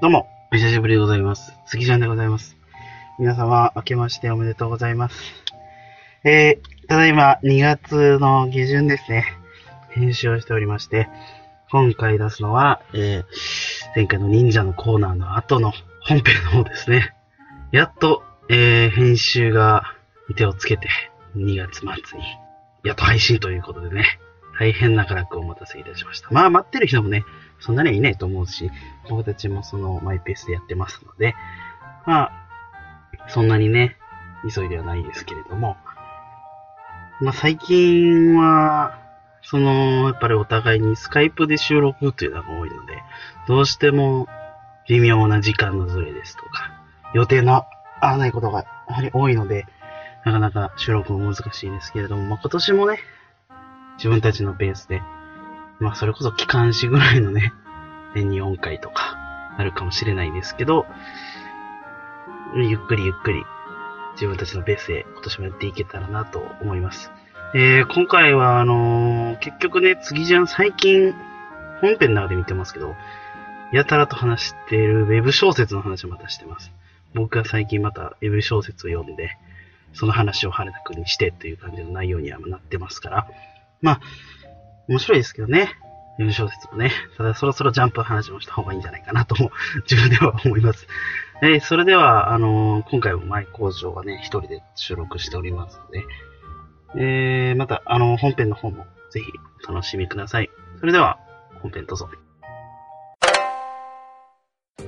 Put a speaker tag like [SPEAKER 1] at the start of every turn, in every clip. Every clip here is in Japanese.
[SPEAKER 1] どうも、お久しぶりでございます。杉ちゃんでございます。皆様、明けましておめでとうございます。えー、ただいま2月の下旬ですね、編集をしておりまして、今回出すのは、えー、前回の忍者のコーナーの後の本編の方ですね。やっと、えー、編集が手をつけて、2月末に、やっと配信ということでね、大変長らくお待たせいたしました。まあ、待ってる人もね、そんなにはいないと思うし、僕たちもそのマイペースでやってますので、まあ、そんなにね、急いではないですけれども、まあ最近は、その、やっぱりお互いにスカイプで収録というのが多いので、どうしても微妙な時間のずれですとか、予定の合わないことがやはり多いので、なかなか収録も難しいですけれども、まあ今年もね、自分たちのペースで、まあそれこそ機関誌ぐらいのね、年に4回とかあるかもしれないですけど、ゆっくりゆっくり自分たちのペースで今年もやっていけたらなと思います。えー、今回はあのー結局ね、次じゃん最近本編の中で見てますけど、やたらと話しているウェブ小説の話をまたしてます。僕が最近またウェブ小説を読んで、その話を羽田くんにしてという感じの内容にはなってますから、まあ、面白いですけどね。ウェブ小説もね。ただそろそろジャンプの話もした方がいいんじゃないかなとも 自分では思います。えーそれでは、あのー今回も前工場はね、一人で収録しておりますので、えーまた、あのー本編の方もぜひお楽しみください。それでは、本編どうぞ。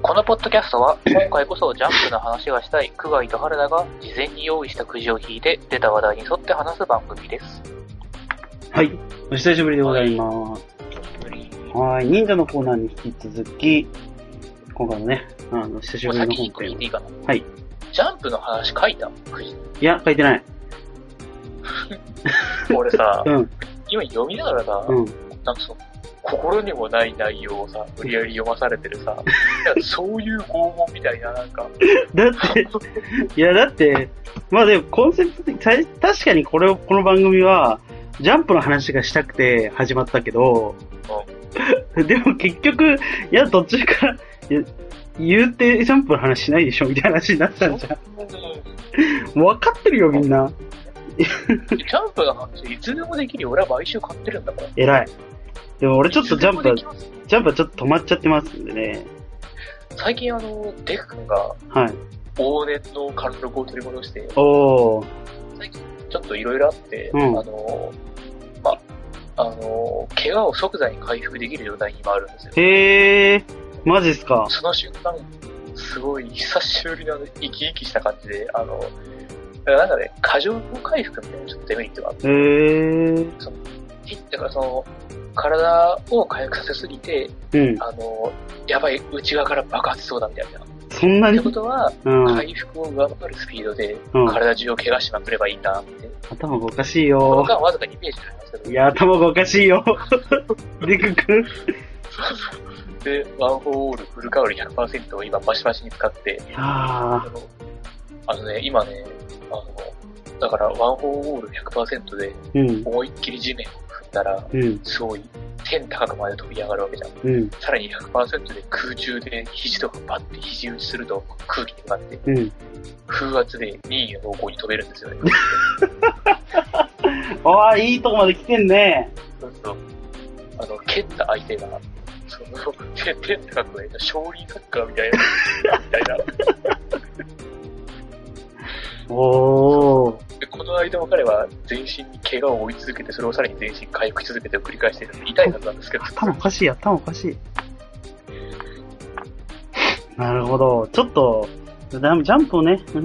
[SPEAKER 2] このポッドキャストは、今回こそジャンプの話がしたい久我井と春菜が、事前に用意したくじを引いて、出た話題に沿って話す番組です。
[SPEAKER 1] はい。お久しぶりでございます。はい。忍者のコーナーに引き続き、今回もね、あの、久し
[SPEAKER 2] も
[SPEAKER 1] ぶ
[SPEAKER 2] う
[SPEAKER 1] りの
[SPEAKER 2] 先に
[SPEAKER 1] 本
[SPEAKER 2] 聞
[SPEAKER 1] 編
[SPEAKER 2] い
[SPEAKER 1] を。
[SPEAKER 2] て
[SPEAKER 1] い
[SPEAKER 2] いいかな
[SPEAKER 1] はい。
[SPEAKER 2] ジャンプの話書いたくじ。
[SPEAKER 1] や、書いてない。
[SPEAKER 2] 俺さ
[SPEAKER 1] う、ん、
[SPEAKER 2] 今読みながらさ、
[SPEAKER 1] うん。
[SPEAKER 2] なんかその、心にもない内容をさ、無理やり読まされてるさ、なんかそういう拷問みたいな、なんか、
[SPEAKER 1] だって、いや、だって、まあでもコンセプト的、た確かにこれを、この番組は、ジャンプの話がしたくて始まったけど、でも結局、いや、途中から、いや言うてジャンプの話しないでしょみたいな話になったんじゃん。もう分かってるよ、みんな。
[SPEAKER 2] ジャンプの話、いつでもできるよ。俺は毎週買ってるんだから。
[SPEAKER 1] 偉い。でも俺ちょっとジャンプは、
[SPEAKER 2] いつでもできます
[SPEAKER 1] ジャンプはちょっと止まっちゃってますんでね。
[SPEAKER 2] 最近あの、デク君が
[SPEAKER 1] はい。
[SPEAKER 2] 往年の貫禄を取り戻して、
[SPEAKER 1] おー。
[SPEAKER 2] 最近ちょっといろいろあって、
[SPEAKER 1] うん
[SPEAKER 2] あの、ま、あの、怪我を即座に回復できる状態に今あるんですよ。
[SPEAKER 1] へー。マジっすか。
[SPEAKER 2] その瞬間、すごい久しぶりの生き生きした感じで、あの、なんかね、過剰回復みたいなちょっとデメリットがあって
[SPEAKER 1] へー。
[SPEAKER 2] だからその、体を回復させすぎて、
[SPEAKER 1] うん。
[SPEAKER 2] あの、やばい、内側から爆発しそうだみたいな。っ
[SPEAKER 1] そんなに
[SPEAKER 2] てことは、
[SPEAKER 1] うん。
[SPEAKER 2] 回復を上回るスピードで、
[SPEAKER 1] うん
[SPEAKER 2] 体中を怪我しまくればいいんだって。
[SPEAKER 1] 頭がおかしい
[SPEAKER 2] この
[SPEAKER 1] よ
[SPEAKER 2] 間わずかにイメージになりますけど
[SPEAKER 1] い、や、頭がおかしいよ。デク君。
[SPEAKER 2] で、ワン・フォー・オールフルカウル100%を今バシバシに使って、
[SPEAKER 1] いやー
[SPEAKER 2] あの、あのね、今ね、あの、だからワン・フォー・オール100%で
[SPEAKER 1] うん、
[SPEAKER 2] 思いっきり地面を踏んだら、
[SPEAKER 1] うん、
[SPEAKER 2] すごい天高くまで飛び上がるわけじゃん。
[SPEAKER 1] うん、
[SPEAKER 2] さらに100%で空中で肘とかバッて肘打ちすると空気に向かって
[SPEAKER 1] うん。
[SPEAKER 2] 風圧で任意の方向に飛べるんですよね。
[SPEAKER 1] ああ、いいとこまで来てんね。
[SPEAKER 2] そうそう。あの、蹴った相手が、その、 て天高く上げた少林サッカーみたいな、みたいな。
[SPEAKER 1] おー。
[SPEAKER 2] でこの間も彼は全身に怪我を負い続けて、それをさらに全身回復し続けてを繰り返している痛いはずなんですけど、
[SPEAKER 1] 頭おかしい、頭おかしい。なるほど。ちょっと、ジャンプをね、うー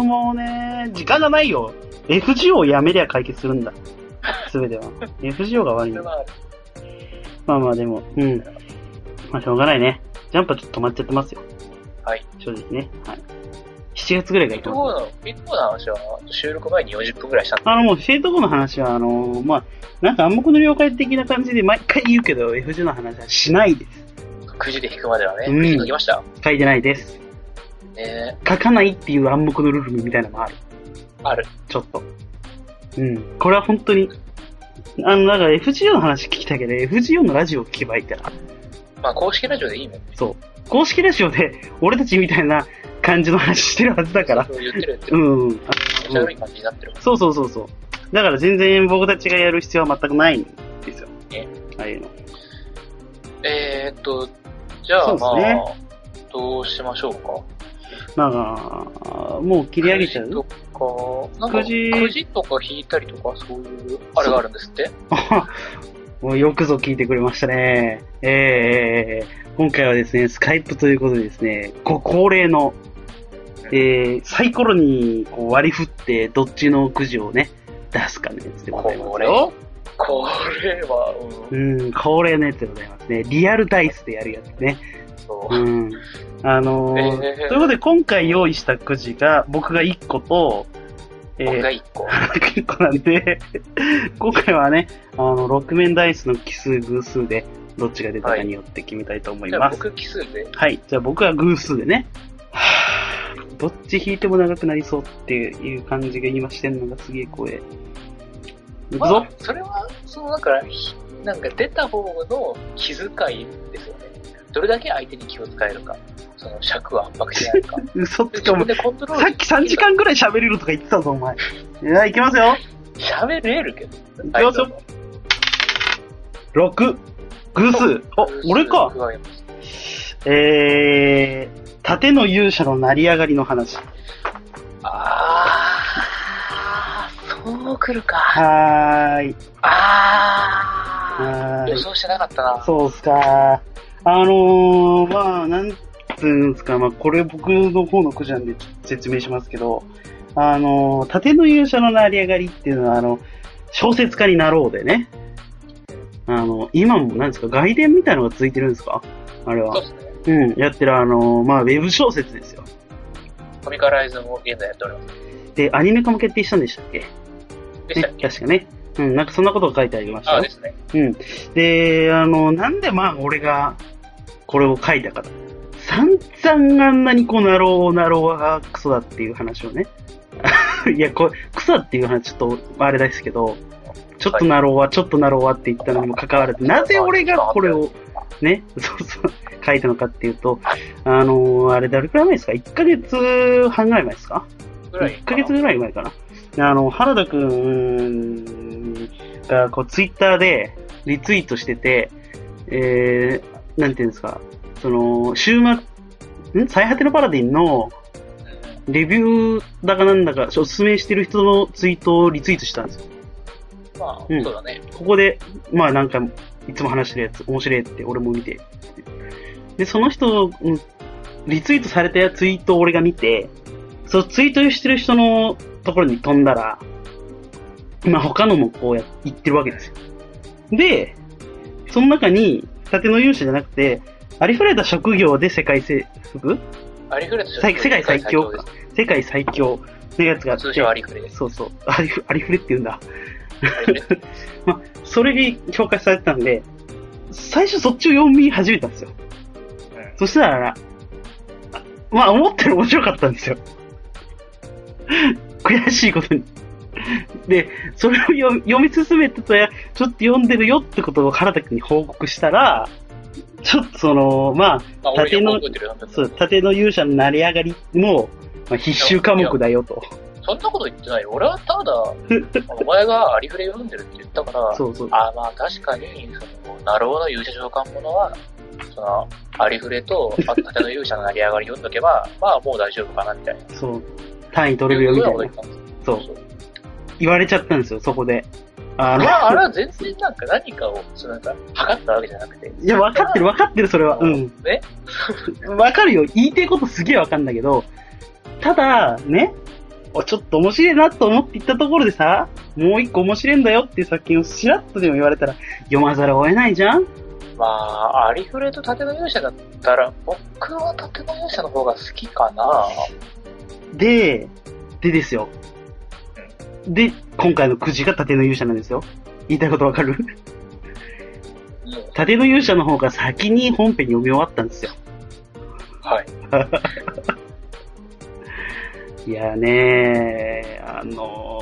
[SPEAKER 1] ん、もうね、時間がないよ。FGO をやめりゃ解決するんだ。すべては。FGO が悪い
[SPEAKER 2] そ
[SPEAKER 1] ん
[SPEAKER 2] れ
[SPEAKER 1] だ。
[SPEAKER 2] は
[SPEAKER 1] まあまあでも、うん。まあしょうがないね。ジャンプはちょっと止まっちゃってますよ。
[SPEAKER 2] はい。
[SPEAKER 1] 正直ね。はい。7月ぐらいがい
[SPEAKER 2] ビ
[SPEAKER 1] い
[SPEAKER 2] ッ
[SPEAKER 1] と
[SPEAKER 2] ト
[SPEAKER 1] 思
[SPEAKER 2] コ
[SPEAKER 1] う。
[SPEAKER 2] ーナーの、ビットコーナーの話は収録前に40分くらいしたんで、
[SPEAKER 1] あのもう、フェイト5の話は、あのまあ、なんか暗黙の了解的な感じで毎回言うけど、FG の話はしないです。
[SPEAKER 2] 9時で引くまではね、
[SPEAKER 1] うん
[SPEAKER 2] 引きました。
[SPEAKER 1] 書いてないです。
[SPEAKER 2] ね
[SPEAKER 1] 書かないっていう暗黙のルールみたいなのもある。
[SPEAKER 2] ある。
[SPEAKER 1] ちょっと。うん。これは本当に、あの、だから FGO の話聞きたいけど、FGO のラジオを聞けばいいから。
[SPEAKER 2] まあ公式ラジオでいいもんね。
[SPEAKER 1] そう。公式ですよね。俺たちみたいな感じの話してるはずだから。
[SPEAKER 2] そう言ってるやつ。
[SPEAKER 1] う
[SPEAKER 2] め
[SPEAKER 1] ん。うん
[SPEAKER 2] っちゃ悪い感じになってる。
[SPEAKER 1] そうそうそうそう。だから全然僕たちがやる必要は全くないんですよ
[SPEAKER 2] ね。
[SPEAKER 1] ああいうの。
[SPEAKER 2] えーっと、じゃあま
[SPEAKER 1] そう
[SPEAKER 2] あ、
[SPEAKER 1] ですね
[SPEAKER 2] どうしましょうか。
[SPEAKER 1] まあ、もう切り上げちゃ
[SPEAKER 2] く
[SPEAKER 1] う
[SPEAKER 2] じとか、なんか、
[SPEAKER 1] くじ
[SPEAKER 2] くじとか引いたりとか、そういう、あれがあるんですって。
[SPEAKER 1] もうよくぞ聞いてくれましたね。えーえーえー今回はですね、スカイプということでですね、ご恒例の、えー、サイコロにこう割り振って、どっちのくじをね、出すかのやつでございますよ。
[SPEAKER 2] これは、う、
[SPEAKER 1] うんん、恒例のやつでございますね。リアルダイスでやるやつね。
[SPEAKER 2] そうう。
[SPEAKER 1] ん。あのー
[SPEAKER 2] えー
[SPEAKER 1] ということで今回用意したくじが、僕が1個と、え
[SPEAKER 2] これ
[SPEAKER 1] ー
[SPEAKER 2] が一個。
[SPEAKER 1] 結構なんで、今回はね、あの、6面ダイスの奇数偶数で、どっちが出たかによって決めたいと思い
[SPEAKER 2] じゃあ
[SPEAKER 1] ます。
[SPEAKER 2] 僕奇数で、
[SPEAKER 1] はい。じゃあ僕は偶数でね。 どっち引いても長くなりそうっていう感じが今してんのがすげえ怖え。いく
[SPEAKER 2] ま
[SPEAKER 1] ぞ
[SPEAKER 2] あ、それは、その、だから、ひなんか出た方の気遣いですよね。どれだけ相手に気を使えるか、その尺を圧迫し ないか。
[SPEAKER 1] 嘘
[SPEAKER 2] で
[SPEAKER 1] つけ、
[SPEAKER 2] 自
[SPEAKER 1] お前
[SPEAKER 2] 分。でコントロール
[SPEAKER 1] さっき3時間ぐらい喋れるとか言ってたぞ、お前。いや、いきますよ。
[SPEAKER 2] 喋れるけど。
[SPEAKER 1] いきますよ。6。偶数。あ、俺か。
[SPEAKER 2] 加えます
[SPEAKER 1] えー、盾の勇者の成り上がりの話。
[SPEAKER 2] あー、そう来るか。
[SPEAKER 1] はーい。
[SPEAKER 2] あ
[SPEAKER 1] は
[SPEAKER 2] ー、
[SPEAKER 1] ー
[SPEAKER 2] 予
[SPEAKER 1] い。
[SPEAKER 2] 想してなかったな。
[SPEAKER 1] そうっすか。あのー、まあ、なんつうんすか、まあ、これ僕の方のくじなんで説明しますけど、あのー、盾の勇者の成り上がりっていうのは、あの、小説家になろうでね。あの、今もなんですか、外伝みたいのが続いてるんですかあれ
[SPEAKER 2] そう
[SPEAKER 1] は。
[SPEAKER 2] ですね。
[SPEAKER 1] うん、やってるあのー、まあ、ウェブ小説ですよ。
[SPEAKER 2] コミカライズも現在やっております。
[SPEAKER 1] で、アニメ化も決定したんでしたっけ
[SPEAKER 2] でし
[SPEAKER 1] ね
[SPEAKER 2] たっけ、
[SPEAKER 1] 確かね。うん、なんかそんなことが書いてありました
[SPEAKER 2] あ
[SPEAKER 1] よ
[SPEAKER 2] ーで。すね。
[SPEAKER 1] うん。で、あの、なんでまあ俺がこれを書いたかと。散々あんなにこうなろうなろうがクソだっていう話をね。 いや、これ、クソっていう話ちょっとあれですけど、ちょっとなろうは、ちょっとなろうはって言ったのにも関わらず、なぜ俺がこれをね、 そうそう、書いたのかっていうと、あの、あれどれくらい前ですか ?1 ヶ月半ぐらい前ですか
[SPEAKER 2] ぐらい
[SPEAKER 1] 1
[SPEAKER 2] か
[SPEAKER 1] ヶ
[SPEAKER 2] な。
[SPEAKER 1] 月ぐらい前かな。あの、原田くんが、こう、ツイッターでリツイートしてて、えー、なんていうんですか、その、週末、ん最果てのパラディンのレビューだかなんだか、おすすめしてる人のツイートをリツイートしたんですよ。
[SPEAKER 2] まあ、
[SPEAKER 1] うん
[SPEAKER 2] そうだね。
[SPEAKER 1] ここで、まあなんか、いつも話してるやつ、面白いって、俺も見て。で、その人の、リツイートされたツイートを俺が見て、そのツイートしてる人のところに飛んだら、まあ他のもこうや言ってるわけですよ。で、その中に、縦の勇者じゃなくて、ありふれた職業で世界征服
[SPEAKER 2] ありふれた
[SPEAKER 1] 世界最強か。世界最強のやつがあっ
[SPEAKER 2] 通
[SPEAKER 1] て
[SPEAKER 2] 称、ありふれです。
[SPEAKER 1] そうそう、ありふありふれって言うんだ。
[SPEAKER 2] ありふれ
[SPEAKER 1] それに紹介されてたんで、最初そっちを読み始めたんですよ。
[SPEAKER 2] うん
[SPEAKER 1] そしたら、あまあ思ったより面白かったんですよ。 悔しいことに。で、それを読み読み進めてたや、ちょっと読んでるよってことを原田君に報告したら、ちょっとその、まあ、
[SPEAKER 2] まあ、俺
[SPEAKER 1] 縦
[SPEAKER 2] に
[SPEAKER 1] の
[SPEAKER 2] も覚えてるような
[SPEAKER 1] そう、盾の勇者の成り上がりも、まあ、必修科目だよと。
[SPEAKER 2] そんなこと言ってないよ。俺はた だ、お前がありふれ読んでるって言ったから、
[SPEAKER 1] そうそう。
[SPEAKER 2] あまあ確かに、その、ナローの勇者召喚者は、その、ありふれと、あと、盾の勇者の成り上がり読んどけば、 まあもう大丈夫かな、みたいな。
[SPEAKER 1] そう。単位取れるよみたいな。
[SPEAKER 2] たいな。
[SPEAKER 1] そ。
[SPEAKER 2] そうう。
[SPEAKER 1] 言われちゃったんですよ、そこで。あ
[SPEAKER 2] ま
[SPEAKER 1] の、
[SPEAKER 2] あ、あれは全然なんか何かを、そのなんか、測ったわけじゃなくて。
[SPEAKER 1] いや、分かってる、分かってる、それは。うん。
[SPEAKER 2] ね
[SPEAKER 1] 分かるよ。言いたいことすげえ分かんだけど、ただ、ね、おちょっと面白いなと思って言ったところでさ、もう一個面白いんだよっていう作品をしらっとでも言われたら、読まざるを得ないじゃん
[SPEAKER 2] まあ、ありふれと盾の勇者だったら、僕は盾の勇者の方が好きかな。
[SPEAKER 1] で、でですよ。で、今回のくじが盾の勇者なんですよ。言いたいこと分かる
[SPEAKER 2] もう、
[SPEAKER 1] 盾の勇者の方が先に本編読み終わったんですよ。
[SPEAKER 2] はい。
[SPEAKER 1] いやねあの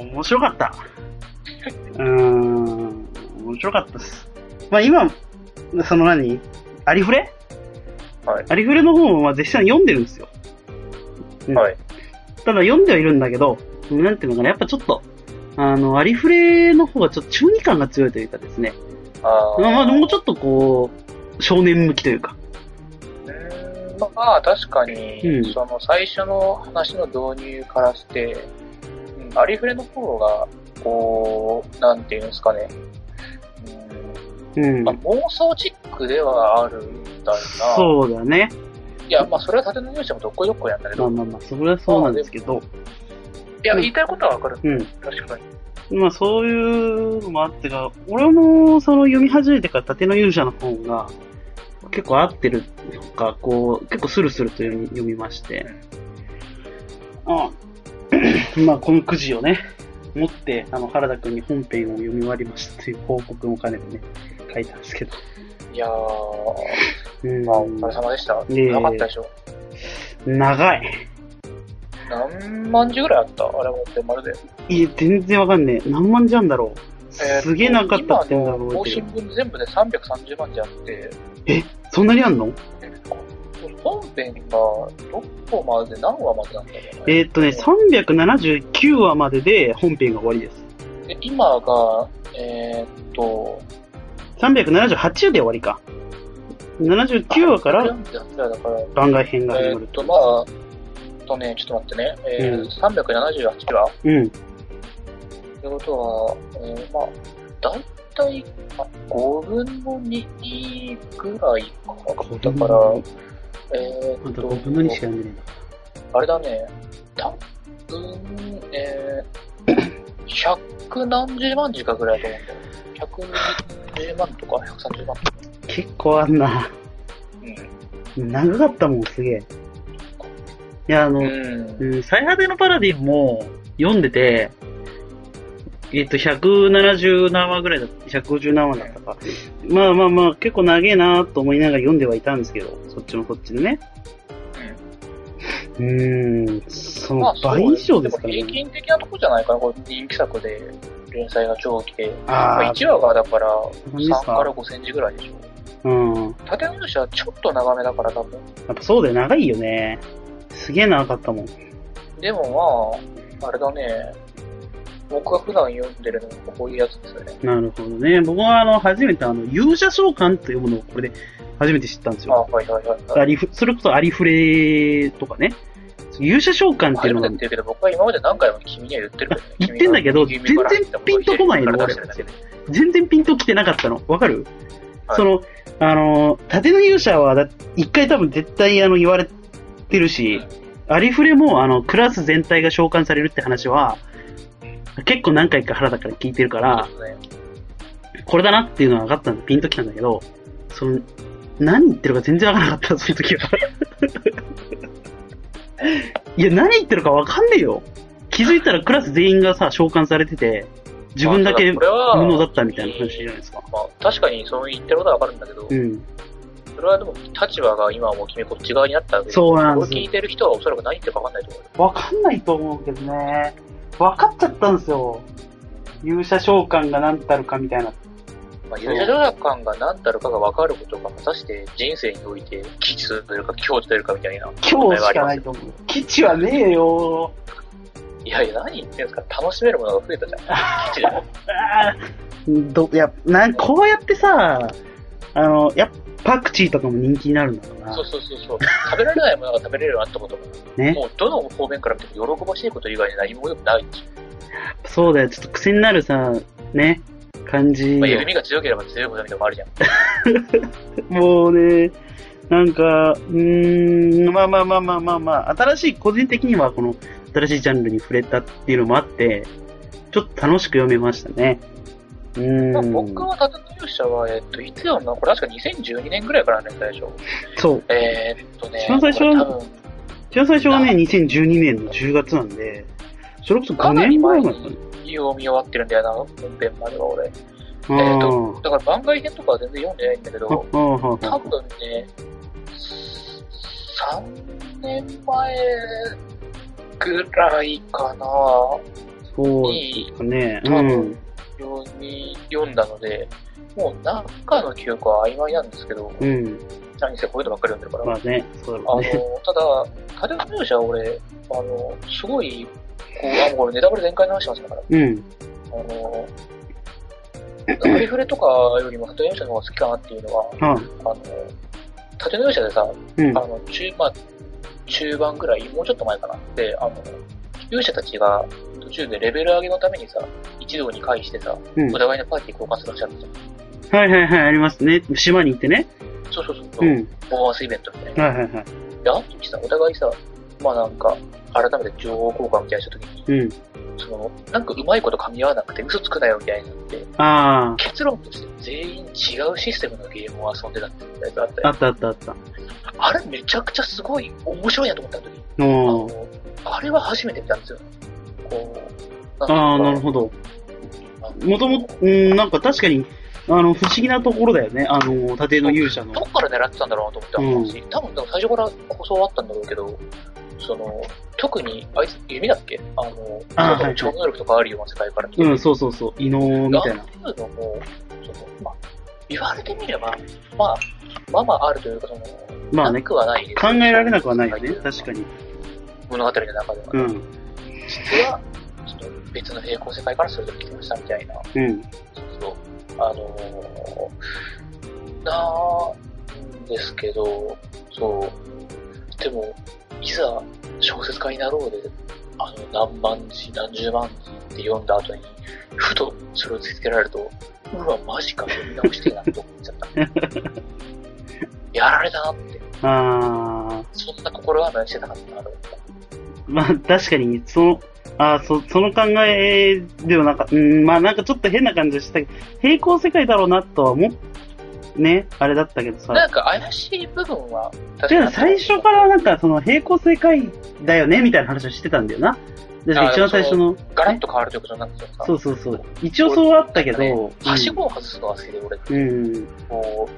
[SPEAKER 1] ー面白かった。うーん、面白かったっす。まあ今、その何ありふれ
[SPEAKER 2] はい。
[SPEAKER 1] アリフレの方もまあ絶賛読んでるんですよ。うん
[SPEAKER 2] はい。
[SPEAKER 1] ただ読んではいるんだけど、なんていうのかな、やっぱちょっと、あの、アリフレの方がちょっと中二感が強いというかですね。
[SPEAKER 2] あー
[SPEAKER 1] まあまあ、もうちょっとこう、少年向きというか。
[SPEAKER 2] うーんまあ、確かに、
[SPEAKER 1] うん
[SPEAKER 2] その最初の話の導入からして、うん、ありふれの方が、こう、なんていうんですかね、
[SPEAKER 1] う
[SPEAKER 2] うんんまあ、。妄想チックではあるんだよな。
[SPEAKER 1] そうだね。
[SPEAKER 2] いや、まあ、それは縦の入社もどっこいどっこいなんだけ
[SPEAKER 1] ま
[SPEAKER 2] ど、
[SPEAKER 1] あまあまあ、それはそうなんですけど。
[SPEAKER 2] いや、
[SPEAKER 1] うん
[SPEAKER 2] 言いたいことはわかる。
[SPEAKER 1] うん。
[SPEAKER 2] 確かに。
[SPEAKER 1] まあそういうのもあってか、俺もその読み始めてから縦の勇者の本が結構合ってるのか、こう、結構スルスルと読み読みまして。うん。 まあこのくじをね、持って、あの、原田くんに本編を読み終わりましたという報告も兼ねてね、書いたんですけど。
[SPEAKER 2] いやー、
[SPEAKER 1] うん
[SPEAKER 2] まあ、お疲れ様でした。
[SPEAKER 1] いえいえ
[SPEAKER 2] なかったでしょ。
[SPEAKER 1] 長い。
[SPEAKER 2] 何万字ぐらいあったあれ持ってまるで。
[SPEAKER 1] いや、全然わかんねえ。何万じゃんだろう。すげえなかったって
[SPEAKER 2] えー
[SPEAKER 1] の
[SPEAKER 2] と
[SPEAKER 1] が
[SPEAKER 2] 今の
[SPEAKER 1] 覚え
[SPEAKER 2] 更
[SPEAKER 1] て
[SPEAKER 2] 新
[SPEAKER 1] る。
[SPEAKER 2] 分全部で330万字あって、
[SPEAKER 1] そんなにあんの
[SPEAKER 2] 本編が6個までで何話までなんだろう
[SPEAKER 1] えーっとね、379話までで本編が終わりです。
[SPEAKER 2] で今が、えーっと、
[SPEAKER 1] 378話で終わりか。79話から
[SPEAKER 2] だから、
[SPEAKER 1] 番外編が
[SPEAKER 2] え
[SPEAKER 1] 始ま
[SPEAKER 2] ー
[SPEAKER 1] る
[SPEAKER 2] っ。と、まあ、とね、ちょっと待ってね、えー
[SPEAKER 1] うん
[SPEAKER 2] 378話
[SPEAKER 1] うん。
[SPEAKER 2] ということは、えーまあ、だいたい、まあ、5分の2ぐらいか
[SPEAKER 1] 分
[SPEAKER 2] な。だから
[SPEAKER 1] の、
[SPEAKER 2] えー
[SPEAKER 1] あ
[SPEAKER 2] っ
[SPEAKER 1] と
[SPEAKER 2] と、
[SPEAKER 1] 5分の2しか読んでね
[SPEAKER 2] あれだね、多分、えー、100何十万字かぐらいだと思うんだよ。120万とか130万とか。
[SPEAKER 1] えな。結構あんな。
[SPEAKER 2] う
[SPEAKER 1] 長かったもん、すげえ。いや、あの、
[SPEAKER 2] ん。
[SPEAKER 1] うん、最果てのパラディンも読んでて、えっ、と、170何話ぐらいだった、150何話だったか。まあまあまあ、結構長えなと思いながら読んではいたんですけど、そっちもこっちでね。うーん、その倍以上ですから
[SPEAKER 2] ね。
[SPEAKER 1] ね
[SPEAKER 2] 平。均的なとこじゃないかな、これ人気作で連載が長期で。
[SPEAKER 1] あ
[SPEAKER 2] ま
[SPEAKER 1] ー
[SPEAKER 2] あ、1話がだから
[SPEAKER 1] んです
[SPEAKER 2] 3
[SPEAKER 1] か
[SPEAKER 2] から5センチぐらいでしょ。
[SPEAKER 1] うん。
[SPEAKER 2] 縦の主はちょっと長めだから多分。
[SPEAKER 1] やっぱそうだよ、長いよね。すげえ長かったもん。
[SPEAKER 2] でもまあ、あれだね、僕が普段読んでるのがこういうやつですよね。
[SPEAKER 1] なるほどね。僕はあの、初めてあの、勇者召喚というものをこれで初めて知ったんです
[SPEAKER 2] あ、
[SPEAKER 1] よ。
[SPEAKER 2] はいはいはい、はい
[SPEAKER 1] あ。りふそれこそありふれとかね。勇者召喚ってい
[SPEAKER 2] 初
[SPEAKER 1] うの
[SPEAKER 2] め
[SPEAKER 1] が
[SPEAKER 2] てって言うけど、僕は今まで何回も君には言ってるけどね。
[SPEAKER 1] 言ってんだけど
[SPEAKER 2] 君が
[SPEAKER 1] 全然ピンとこないの
[SPEAKER 2] 君から出してるだけで
[SPEAKER 1] 全然ピンときてなかったの。わかる、
[SPEAKER 2] はい
[SPEAKER 1] その、あの、縦の勇者はだ一回多分絶対あの言われてるし、ありふれもあの、クラス全体が召喚されるって話は、結構何回か原田から聞いてるから、
[SPEAKER 2] そうですね
[SPEAKER 1] これだなっていうのは分かったんで、ピンときたんだけど、その、何言ってるか全然分からなかった、その時は。 いや、何言ってるか分かんねえよ。気づいたらクラス全員がさ、召喚されてて、自分だけ無
[SPEAKER 2] まあたこれは
[SPEAKER 1] 能だったみたいな話じゃないですか。
[SPEAKER 2] まあ、確かにそう言ってることはわかるんだけど、
[SPEAKER 1] うん。
[SPEAKER 2] それはでも立場が今はもう君こっち側にあったわけで
[SPEAKER 1] そうなん
[SPEAKER 2] こ
[SPEAKER 1] で
[SPEAKER 2] れ
[SPEAKER 1] す
[SPEAKER 2] 聞いてる人はおそらく何言ってるかわかんないと思うよ。
[SPEAKER 1] 分かんないと思うけどね。分かっちゃったんですよ。勇者召喚が何たるかみたいな。
[SPEAKER 2] まあ、勇者条約感が何たるかがわかることが果たして人生において吉数というか強というかみたいな。
[SPEAKER 1] 今日しかないと思う。基地はねえよ
[SPEAKER 2] いやいや、何言ってんですか楽しめるものが増えたじゃん。吉でも。
[SPEAKER 1] あー ど、いや、なん、こうやってさ、あの、やっぱパクチーとかも人気になるんだろうな
[SPEAKER 2] そう。そうそうそう。食べられないものが食べれるようになったことも、
[SPEAKER 1] ね
[SPEAKER 2] もうどの方面から見ても喜ばしいこと以外に何も良くないんですよ。
[SPEAKER 1] そうだよ、ちょっと癖になるさ、ね、感じ
[SPEAKER 2] まあ、。弓が強ければ強いほどみたいなのもあるじゃん。
[SPEAKER 1] もうね、なんか、うーん、まあまあまあまあまあまあ、新しい、個人的にはこの、新しいジャンルに触れたっていうのもあって、ちょっと楽しく読めましたね。う
[SPEAKER 2] まあ、
[SPEAKER 1] ーん。
[SPEAKER 2] 僕は縦の勇者は、えっと、いつよな、これ確か2012年ぐらいからの連載でしょ。
[SPEAKER 1] そう。
[SPEAKER 2] えー、っとね、
[SPEAKER 1] 一番最初
[SPEAKER 2] これ多分
[SPEAKER 1] 一番最初はね、2012年の10月なんで、それこそ
[SPEAKER 2] か
[SPEAKER 1] 5
[SPEAKER 2] なり
[SPEAKER 1] 年
[SPEAKER 2] 前
[SPEAKER 1] 前だ
[SPEAKER 2] に
[SPEAKER 1] ったね。
[SPEAKER 2] 読み終わってるんだよな、本編までは俺。
[SPEAKER 1] あ
[SPEAKER 2] えっ
[SPEAKER 1] ー
[SPEAKER 2] と、だから番外編とかは全然読んでないんだけど、
[SPEAKER 1] あああ
[SPEAKER 2] 多分ね、3年前ぐらいかな、
[SPEAKER 1] そう
[SPEAKER 2] に
[SPEAKER 1] ですかね。う
[SPEAKER 2] 多分
[SPEAKER 1] ん。、
[SPEAKER 2] 読み、読んだので、もう中の記憶は曖昧なんですけど、
[SPEAKER 1] うん。
[SPEAKER 2] 何せこういうのばっかり読んでるから。
[SPEAKER 1] まあね、そうだ
[SPEAKER 2] あ
[SPEAKER 1] ろ
[SPEAKER 2] の
[SPEAKER 1] うね。、
[SPEAKER 2] ただ、家電入社は俺、あの、すごい、こう、あ、もうこれネタバレ全開の話しますから、
[SPEAKER 1] うん。
[SPEAKER 2] あの、アリフレとかよりも家電入社の方が好きかなっていうのは、
[SPEAKER 1] あ
[SPEAKER 2] あの、家電入社でさ、
[SPEAKER 1] うん
[SPEAKER 2] あ。の、中、まあ、中盤ぐらい、もうちょっと前かな。で、あの、勇者たちが途中でレベル上げのためにさ、一堂に会してさ、
[SPEAKER 1] うん
[SPEAKER 2] お互いのパーティー交換する話あるじ
[SPEAKER 1] はいはいはい、ありますね。島に行ってね。
[SPEAKER 2] ゃん。そうそうそう
[SPEAKER 1] う
[SPEAKER 2] そう、
[SPEAKER 1] ん。
[SPEAKER 2] パフォーマンスイベントみたいな。
[SPEAKER 1] はいはいはい。
[SPEAKER 2] で、あの時さ、お互いさ、まあなんか、改めて情報交換みたいなした時に、
[SPEAKER 1] うん。
[SPEAKER 2] その、なんかうまいこと噛み合わなくて嘘つくなよみたいになって、
[SPEAKER 1] あ
[SPEAKER 2] 結論として全員違うシステムのゲームを遊んでたってやつあった
[SPEAKER 1] あ、あ
[SPEAKER 2] よ。
[SPEAKER 1] ったあったあった。
[SPEAKER 2] あれめちゃくちゃすごい面白いなと思った時に、あ
[SPEAKER 1] おー。
[SPEAKER 2] の、あれは初めて見たんですよ。こう、
[SPEAKER 1] ああ、なるほど。
[SPEAKER 2] ど
[SPEAKER 1] もともと、うん、なんか確かに、あの、不思議なところだよね。あの、盾の勇者
[SPEAKER 2] ど
[SPEAKER 1] の。
[SPEAKER 2] っから狙ってたんだろうなと思ってたし、多分でも最初から構想はあったんだろうけど、その、特に、あいつ、弓だっけあの、
[SPEAKER 1] あー
[SPEAKER 2] そ
[SPEAKER 1] は
[SPEAKER 2] の
[SPEAKER 1] い
[SPEAKER 2] 超能力とかあるような世界から来て
[SPEAKER 1] う
[SPEAKER 2] る。
[SPEAKER 1] ん、そうそうそう。異能みたいな。
[SPEAKER 2] ああいうのも、その、まあ、言われてみれば、まあ、まあまああるというか、その、
[SPEAKER 1] まあね
[SPEAKER 2] なくはないです
[SPEAKER 1] 考えられなくはないよね。確か
[SPEAKER 2] に。
[SPEAKER 1] に。
[SPEAKER 2] 物語の中では、
[SPEAKER 1] う
[SPEAKER 2] ね
[SPEAKER 1] ん。
[SPEAKER 2] 実は、ちょっと別の平行世界からそれぞれ来てましたみたいな。
[SPEAKER 1] うん。
[SPEAKER 2] そうあのーなんですけど、そう、でも、いざ小説家になろうで、あの、何万字、何十万字って読んだ後に、ふとそれを突きつけられると、うわ、マジか、読み直してえなと思っちゃった。やられたなって、
[SPEAKER 1] ああ、
[SPEAKER 2] そんな心構えしてなかったなと思った。
[SPEAKER 1] まあ確かに、その、ああ、そ、その考えではなんか、うん、まあなんかちょっと変な感じはしたけど、平行世界だろうなとは思っ、ね、あれだったけどさ。
[SPEAKER 2] なんか怪しい部分は、確
[SPEAKER 1] じゃ
[SPEAKER 2] かに
[SPEAKER 1] あ最初からなんかその平行世界だよねみたいな話をしてたんだよな。確か一番最初の。
[SPEAKER 2] ガラッと変わるということになってた
[SPEAKER 1] そうそうそう。一応そうあったけど、うん
[SPEAKER 2] はしごを外すのが好きで、俺。
[SPEAKER 1] うん。
[SPEAKER 2] こ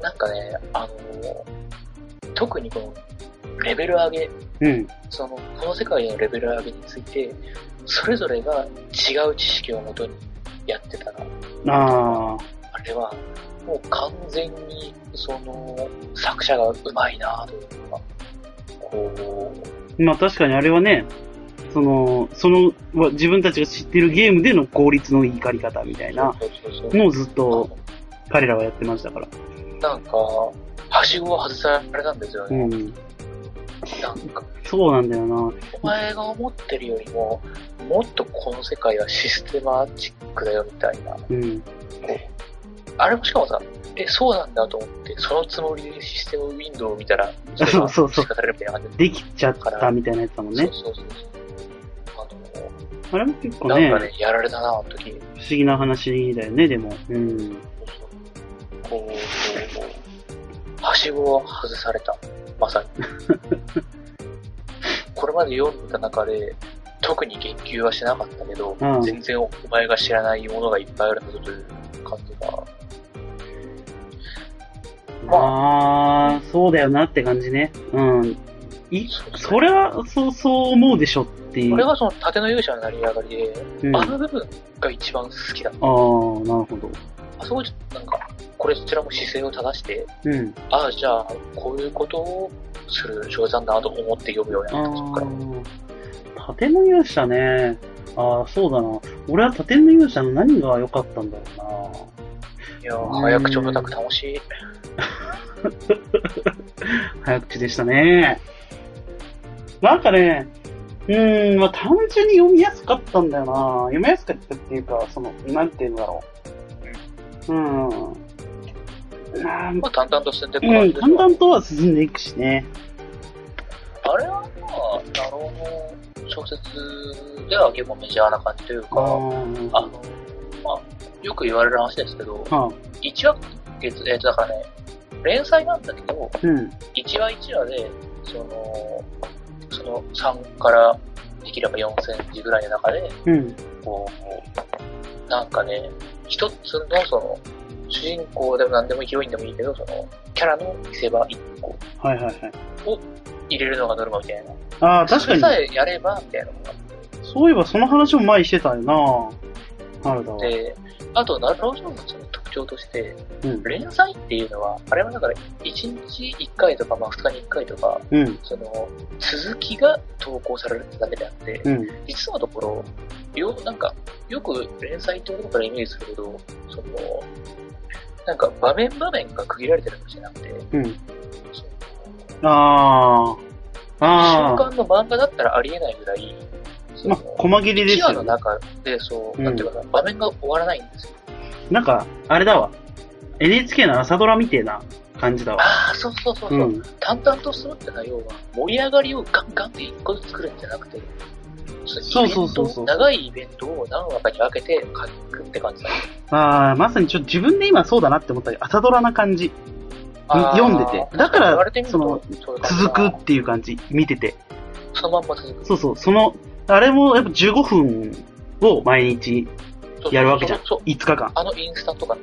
[SPEAKER 2] う、なんかね、あの、特にこのレベル上げ、
[SPEAKER 1] うん。
[SPEAKER 2] その、この世界へのレベル上げについて、それぞれが違う知識をもとにやってたら、
[SPEAKER 1] ああ、
[SPEAKER 2] あれは、もう完全に、その、作者がうまいなというか、こ、
[SPEAKER 1] まあ確かにあれはね、その、その、わ自分たちが知ってるゲームでの効率の怒り方みたいうな
[SPEAKER 2] そうそうそう
[SPEAKER 1] のをずっと
[SPEAKER 2] あ
[SPEAKER 1] 彼らはやってましたから。
[SPEAKER 2] のなんか、はしごを外されたんですよ
[SPEAKER 1] う
[SPEAKER 2] ね。
[SPEAKER 1] ん。
[SPEAKER 2] なんか、
[SPEAKER 1] そうなんだよな。
[SPEAKER 2] お前が思ってるよりも、もっとこの世界はシステマチックだよみたいな。
[SPEAKER 1] うん。
[SPEAKER 2] あれもしかもさ、え、そうなんだと思って、そのつもりでシステムウィンドウを見たら、
[SPEAKER 1] そうそうそう
[SPEAKER 2] 仕方れるみたいな感じ
[SPEAKER 1] できちゃったみたいなやつだもん
[SPEAKER 2] で。
[SPEAKER 1] ね。
[SPEAKER 2] そうそうそう。
[SPEAKER 1] あれも結
[SPEAKER 2] あ
[SPEAKER 1] 構
[SPEAKER 2] の、
[SPEAKER 1] ね
[SPEAKER 2] なん、かね、やられたな、あの時。そう
[SPEAKER 1] 不思議な話だよね、でも。うん。
[SPEAKER 2] そうこう、こう、はしごを外された。まさ に。これまで読んだ中で、特に言及はしなかったけど、
[SPEAKER 1] うん
[SPEAKER 2] 全然お前が知らないものがいっぱいあるんだぞという感じが。ま
[SPEAKER 1] ああ、そうだよなって感じね。うん。い、
[SPEAKER 2] そうですね
[SPEAKER 1] それは、そう、そう思うでしょっていう。
[SPEAKER 2] これがその縦の勇者の成り上がりで、
[SPEAKER 1] うん、あ
[SPEAKER 2] あ
[SPEAKER 1] あ、な
[SPEAKER 2] の部分が一番好きだ。
[SPEAKER 1] るほど。
[SPEAKER 2] あそこちょっとなんか、これそちらも姿勢を正して、
[SPEAKER 1] うん。
[SPEAKER 2] ああ、じゃあ、こういうことをする小説なんだなと思って読むように
[SPEAKER 1] あ
[SPEAKER 2] なった、そっから。
[SPEAKER 1] あ、盾の勇者ね。ああ、そうだな。俺は盾の勇者の何が良かったんだろ
[SPEAKER 2] いやー
[SPEAKER 1] うん
[SPEAKER 2] 早口のタク楽しい。
[SPEAKER 1] うな。早口でしたね。なんかね、うーん、まあ単純に読みやすかったんだよな。読みやすかったっていうか、その、なんて言うんだろう。うん。なん
[SPEAKER 2] まあ、淡々と進んでいく
[SPEAKER 1] う
[SPEAKER 2] 感
[SPEAKER 1] ん、
[SPEAKER 2] じで
[SPEAKER 1] だんだんとは進んでいくしね。
[SPEAKER 2] あれはまあ、なるほど。小説では結構メジャーな感じという
[SPEAKER 1] あ
[SPEAKER 2] か、
[SPEAKER 1] ー
[SPEAKER 2] あの、まあ、よく言われる話ですけど、
[SPEAKER 1] あ、
[SPEAKER 2] 1話月、えっと、だからね、連載なんだけど、
[SPEAKER 1] うん、
[SPEAKER 2] 一話一話で、その、その3からできれば4センチぐらいの中で、
[SPEAKER 1] うん、
[SPEAKER 2] こう、なんかね、一つのその、主人公でも何でもヒロインでもいいけど、その、キャラの見せ場1個
[SPEAKER 1] はいはいはい。
[SPEAKER 2] 入れるのがノルマみたいな。
[SPEAKER 1] ああ、確
[SPEAKER 2] それ
[SPEAKER 1] か
[SPEAKER 2] さ
[SPEAKER 1] に、
[SPEAKER 2] えやれば、みたいなのがあ
[SPEAKER 1] そういえばその話も前にしてたよな。あるだわ
[SPEAKER 2] っ。て、あと、ナルローのその特況として、
[SPEAKER 1] うん。
[SPEAKER 2] 連載っていうのは、あれはだから、1日1回とか、まあ、2日に1回とか、
[SPEAKER 1] うん。
[SPEAKER 2] その、続きが投稿されるってだけであって、
[SPEAKER 1] うん。
[SPEAKER 2] 実のところ、よ、なんか、よく連載ってものからイメージするけど、その、なんか場面場面が区切られてるわけじゃなくて、
[SPEAKER 1] うん。
[SPEAKER 2] その
[SPEAKER 1] ああ。あ
[SPEAKER 2] 瞬
[SPEAKER 1] あ。
[SPEAKER 2] 間の漫画だったらありえないぐらい、そ
[SPEAKER 1] まあ、細切りです
[SPEAKER 2] 1話の
[SPEAKER 1] よ、ね。
[SPEAKER 2] 中で、そうう、
[SPEAKER 1] ん
[SPEAKER 2] なんていうかな、場面が終わらないんですよ。
[SPEAKER 1] なんか、あれだわ。NHK の朝ドラみてえな感じだわ。
[SPEAKER 2] ああ、そうそうそうそうう、
[SPEAKER 1] ん。
[SPEAKER 2] 淡々とするってのは、要は、盛り上がりをガンガンって一個ずつ作るんじゃなくて、
[SPEAKER 1] そうそうそう
[SPEAKER 2] イベン
[SPEAKER 1] そ
[SPEAKER 2] ト
[SPEAKER 1] う
[SPEAKER 2] 長いイベントを何話かに分けて書くって感じだね。
[SPEAKER 1] ああ、まさにちょっと自分で今そうだなって思ったけど朝ドラな感じ。
[SPEAKER 2] あー
[SPEAKER 1] 読んでてだから
[SPEAKER 2] 言われてみると
[SPEAKER 1] その
[SPEAKER 2] そういう感じだ
[SPEAKER 1] 続くっていう感じ。見てて。
[SPEAKER 2] そのまんま続く。
[SPEAKER 1] そうそう。その、あれもやっぱ15分を毎日
[SPEAKER 2] そう
[SPEAKER 1] やるわけじゃん
[SPEAKER 2] そうそう。
[SPEAKER 1] 5日間。
[SPEAKER 2] あのインスタとか、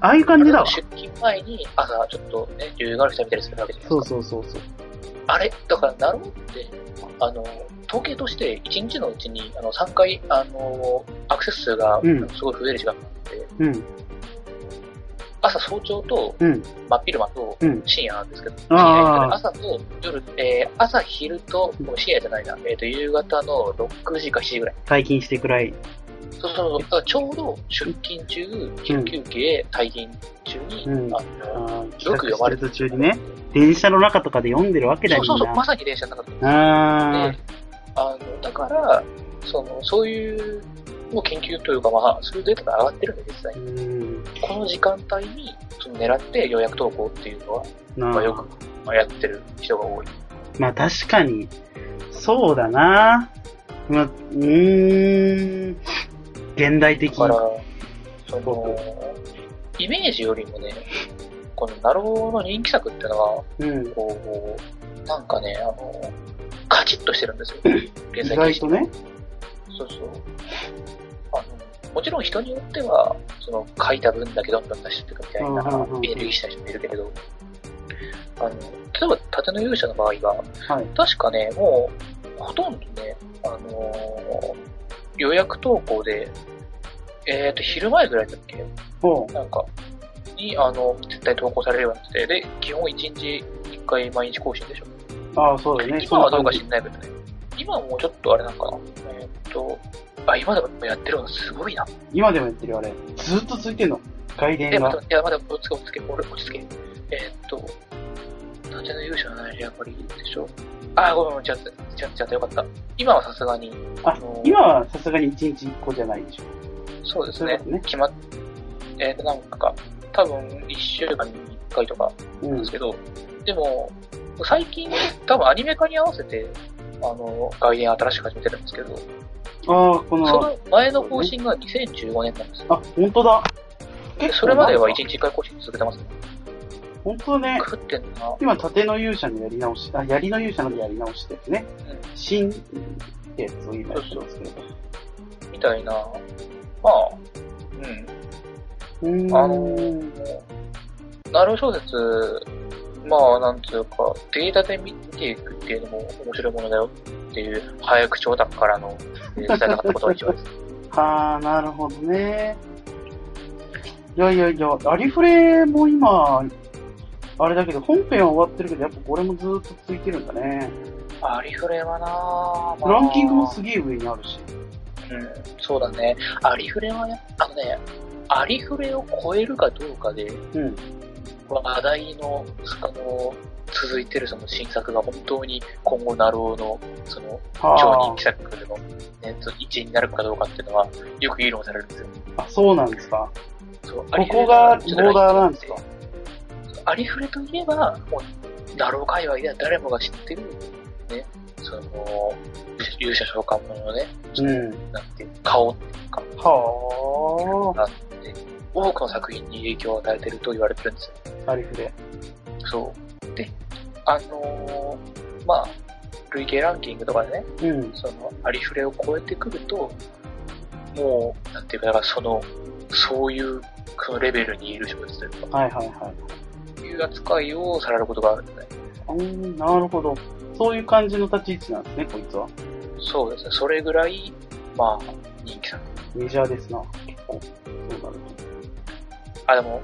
[SPEAKER 1] ああいう感じだわ。
[SPEAKER 2] 出勤前に朝ちょっとね、余裕がある人は見たりするわけじゃないですか。
[SPEAKER 1] そうそうそうそう。
[SPEAKER 2] あれだから、なるって、あの、統計として1日のうちにあの3回、あの、アクセス数が
[SPEAKER 1] うん
[SPEAKER 2] すごい増える時間があって、
[SPEAKER 1] うん。
[SPEAKER 2] 朝早朝と
[SPEAKER 1] うん。
[SPEAKER 2] 真っ昼間と
[SPEAKER 1] うん
[SPEAKER 2] 深夜なんですけど、
[SPEAKER 1] あー
[SPEAKER 2] 深夜朝と夜、えー朝昼と、もう深夜じゃないな、えっ、と、夕方の6時か7時ぐらい。
[SPEAKER 1] 退勤してくらい。
[SPEAKER 2] そうそうそう。だからちょうど出勤中、昼休憩、退勤中に、
[SPEAKER 1] うん
[SPEAKER 2] あ
[SPEAKER 1] あ
[SPEAKER 2] の、
[SPEAKER 1] あ、帰
[SPEAKER 2] よ
[SPEAKER 1] 宅
[SPEAKER 2] く読
[SPEAKER 1] して
[SPEAKER 2] まれ
[SPEAKER 1] る
[SPEAKER 2] て
[SPEAKER 1] 途中にね、電車の中とかで読んでるわけだ
[SPEAKER 2] そ
[SPEAKER 1] よ
[SPEAKER 2] うそうそう、
[SPEAKER 1] な。
[SPEAKER 2] まさに電車の中で。
[SPEAKER 1] あ
[SPEAKER 2] であの、だから、その、そういう、もう研究というか、まあ、そういうデータが上がってるんで、実際
[SPEAKER 1] あ。う
[SPEAKER 2] に。
[SPEAKER 1] ん。
[SPEAKER 2] この時間帯に、その狙って予約投稿っていうのは、
[SPEAKER 1] な
[SPEAKER 2] まあ、
[SPEAKER 1] あ
[SPEAKER 2] よくまあやってる人が多い。
[SPEAKER 1] まあ確かに、そうだな。まあ、うーん。現代的。
[SPEAKER 2] だから
[SPEAKER 1] う、
[SPEAKER 2] その、イメージよりもね、この、ナローの人気作ってのは、
[SPEAKER 1] ん。
[SPEAKER 2] こう、なんかね、あの、カチッとしてるんですよ。
[SPEAKER 1] 意
[SPEAKER 2] 原作
[SPEAKER 1] 外とね。
[SPEAKER 2] そうそう。あの、もちろん人によっては、その、書いた分だけどんどん出していくみたい
[SPEAKER 1] うんうんうんう、
[SPEAKER 2] なんエネルギーした人もいるけれど、あの、例えば、盾の勇者の場合は、
[SPEAKER 1] はい。
[SPEAKER 2] 確かね、もう、ほとんどね、あのー予約投稿で、えっ、と、昼前ぐらいだっけ
[SPEAKER 1] ほ
[SPEAKER 2] なんか、に、あの、絶対投稿されるようになってて、で、基本1日1回毎日更新でしょ。
[SPEAKER 1] う。ああ、そうだね。
[SPEAKER 2] 今はどうか
[SPEAKER 1] そ
[SPEAKER 2] 知んないけどね。今はもうちょっとあれなんかな。えーっと、あ、今でもやってるのすごいな。
[SPEAKER 1] 今でもやってるよ、あれ。ずーっと続いてんの。外
[SPEAKER 2] え、
[SPEAKER 1] 伝
[SPEAKER 2] まだ
[SPEAKER 1] が。、
[SPEAKER 2] いや、まだ、落ち着け、落ち着け、俺、落ち着け。えーっと、盾の勇者のやっぱりでしょ。あ、ごめん、ごめん、ちゃった、ちゃった、ちゃった、よかった。今はさすがに、
[SPEAKER 1] あ
[SPEAKER 2] の、
[SPEAKER 1] 今はさすがに1日1個じゃないでしょ。
[SPEAKER 2] そうです
[SPEAKER 1] そういう
[SPEAKER 2] ね
[SPEAKER 1] ことね、
[SPEAKER 2] 決まっ、えーっと、なんか、多分、1週間に1回とか、
[SPEAKER 1] う
[SPEAKER 2] なん
[SPEAKER 1] ん
[SPEAKER 2] です。けど、でも、最近、多分アニメ化に合わせて、あの、外伝新しく始めてるんですけど、
[SPEAKER 1] ああ、こ
[SPEAKER 2] そ
[SPEAKER 1] の、
[SPEAKER 2] の前の方針が2015年なんですよ。
[SPEAKER 1] あ、本当だ。
[SPEAKER 2] でそれまでは1
[SPEAKER 1] 日。
[SPEAKER 2] 日1回更新続けてますね。
[SPEAKER 1] 本当だね。
[SPEAKER 2] 食ってんのな。
[SPEAKER 1] 今、縦の勇者のやり直し、あ、槍の勇者のやり直しですね。
[SPEAKER 2] う
[SPEAKER 1] 新ってやつを今やってますけど。
[SPEAKER 2] ん、みたいな。まあ、うん。
[SPEAKER 1] うーん。
[SPEAKER 2] あのなる小説、まあ、なんつうか、データで見ていくっていうのも面白いものだよっていう、早口オタクからのえー伝えたかったことが一番です。
[SPEAKER 1] はあ、なるほどね。いやいやいや、アリフレも今、あれだけど、本編は終わってるけど、やっぱこれもずーっと続いてるんだね。
[SPEAKER 2] ありふれはなぁ、まあ
[SPEAKER 1] ランキングもすげえ上にあるし。
[SPEAKER 2] うん、そうだね。ありふれはね、あのね、ありふれを超えるかどうかで、
[SPEAKER 1] うん。
[SPEAKER 2] 話題の、あの、続いてるその新作が本当に今後ナローの、その、超
[SPEAKER 1] は
[SPEAKER 2] 人気作の、ね、1位になるかどうかっていうのは、よく議論されるんですよ。
[SPEAKER 1] あ。あ、そうなんですか。
[SPEAKER 2] そう
[SPEAKER 1] ここがボーダーなんですか。
[SPEAKER 2] ありふれといえば、もう、ナロー界隈では誰もが知ってる、ね、その、勇者召喚者のね、
[SPEAKER 1] うん。
[SPEAKER 2] なんていう顔っていうか、
[SPEAKER 1] は
[SPEAKER 2] があって、多くの作品に影響を与えてると言われてるんですよ。
[SPEAKER 1] あ。アリフレ。
[SPEAKER 2] そう。で、あのーまあ、累計ランキングとかでね、
[SPEAKER 1] うん。
[SPEAKER 2] その、ありふれを超えてくると、もう、なんていうか、だからその、そういう、そのレベルにいる小説というか、
[SPEAKER 1] はいはいはい。
[SPEAKER 2] いう扱いをされることがあるんで、ね、
[SPEAKER 1] うーん、なるほど。そういう感じの立ち位置なんですね、こいつは。
[SPEAKER 2] そうですね、それぐらい、まあ、人気作。
[SPEAKER 1] メジャーですな。結構。そうだね。
[SPEAKER 2] あ、でも、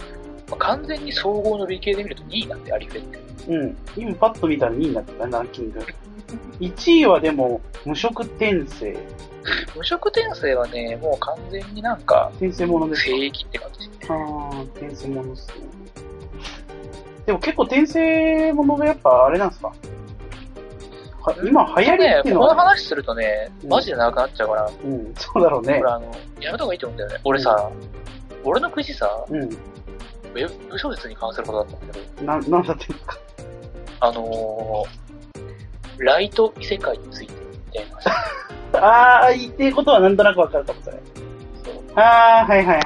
[SPEAKER 2] まあ完全に総合の累計で見ると2位なんで、アリフェって。
[SPEAKER 1] うん。今パッと見たら2位になったね、ランキング。1位はでも、無職転生。
[SPEAKER 2] 無職転生はね、もう完全になんか、
[SPEAKER 1] 転生ものですよ
[SPEAKER 2] 聖域って感じですね。
[SPEAKER 1] ああ、転生ものっすね。でも結構転生ものがやっぱあれなんですかは今流行り
[SPEAKER 2] ね
[SPEAKER 1] っ、ていうの
[SPEAKER 2] この
[SPEAKER 1] は、
[SPEAKER 2] 話するとね、マジで長くなっちゃうから、
[SPEAKER 1] うん、そうだろうね
[SPEAKER 2] これ。あの、やめた方がいいと思うんだよね。俺さ、俺のくじさ、
[SPEAKER 1] う
[SPEAKER 2] ウェブ小説に関することだったんだけど、
[SPEAKER 1] ん。な、なんだっていうんですか。
[SPEAKER 2] あのー、ライト異世界についてみたいな 話。
[SPEAKER 1] ああ、言ってることはなんとなくわかるかもしれない。ああ、はいはいはい。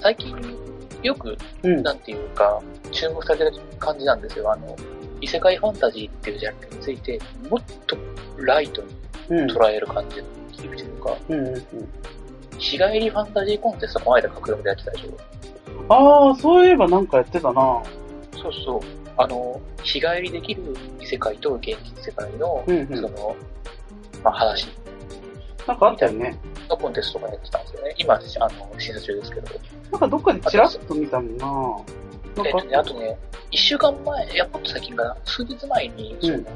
[SPEAKER 2] 最近、よく、
[SPEAKER 1] うん。
[SPEAKER 2] なんていうか、注目されてる感じなんですよ。あの、異世界ファンタジーっていうジャンルについて、もっとライトに
[SPEAKER 1] うん。
[SPEAKER 2] 捉える感じの切り口というか、
[SPEAKER 1] うんうんうん、
[SPEAKER 2] 日帰りファンタジーコンテストこの間格読でやってたでしょ。
[SPEAKER 1] ああ、そういえばなんかやってたな。
[SPEAKER 2] そうそう。あの、日帰りできる異世界と現実世界の、
[SPEAKER 1] うんうん。
[SPEAKER 2] そ
[SPEAKER 1] なんか
[SPEAKER 2] の、まあ、話
[SPEAKER 1] あったよね。
[SPEAKER 2] のコンテストとかやってたんですよね。今、あの、審査中ですけど。
[SPEAKER 1] なんかどっかでチラッと見たもんな。
[SPEAKER 2] え
[SPEAKER 1] なんか
[SPEAKER 2] っとね、あとね、一週間前、いや、もっと最近かな、数日前に、その、
[SPEAKER 1] うん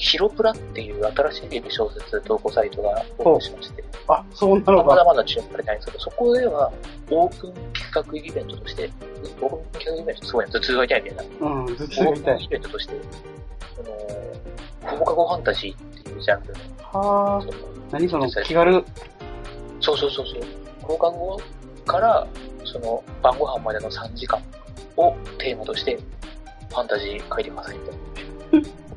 [SPEAKER 2] ヒロプラっていう新しいエビ小説投稿サイトがオープンしまして、
[SPEAKER 1] あ、そうな
[SPEAKER 2] ま
[SPEAKER 1] の
[SPEAKER 2] だ
[SPEAKER 1] か。
[SPEAKER 2] まだ注目されてないんですけど、そこでは、オープン企画イベントとして、オープン企画イベントすごいな、頭痛が痛いみたいな。
[SPEAKER 1] うん、頭痛
[SPEAKER 2] オ
[SPEAKER 1] みた
[SPEAKER 2] ープ
[SPEAKER 1] い
[SPEAKER 2] ン。イベントとして、その、放課後ファンタジーっていうジャンルの、
[SPEAKER 1] はあ
[SPEAKER 2] そ。の
[SPEAKER 1] 何その気軽。
[SPEAKER 2] そうそうそうそう。放課後から、その、晩ご飯までの3時間をテーマとして、ファンタジー書いてくださいみたいな。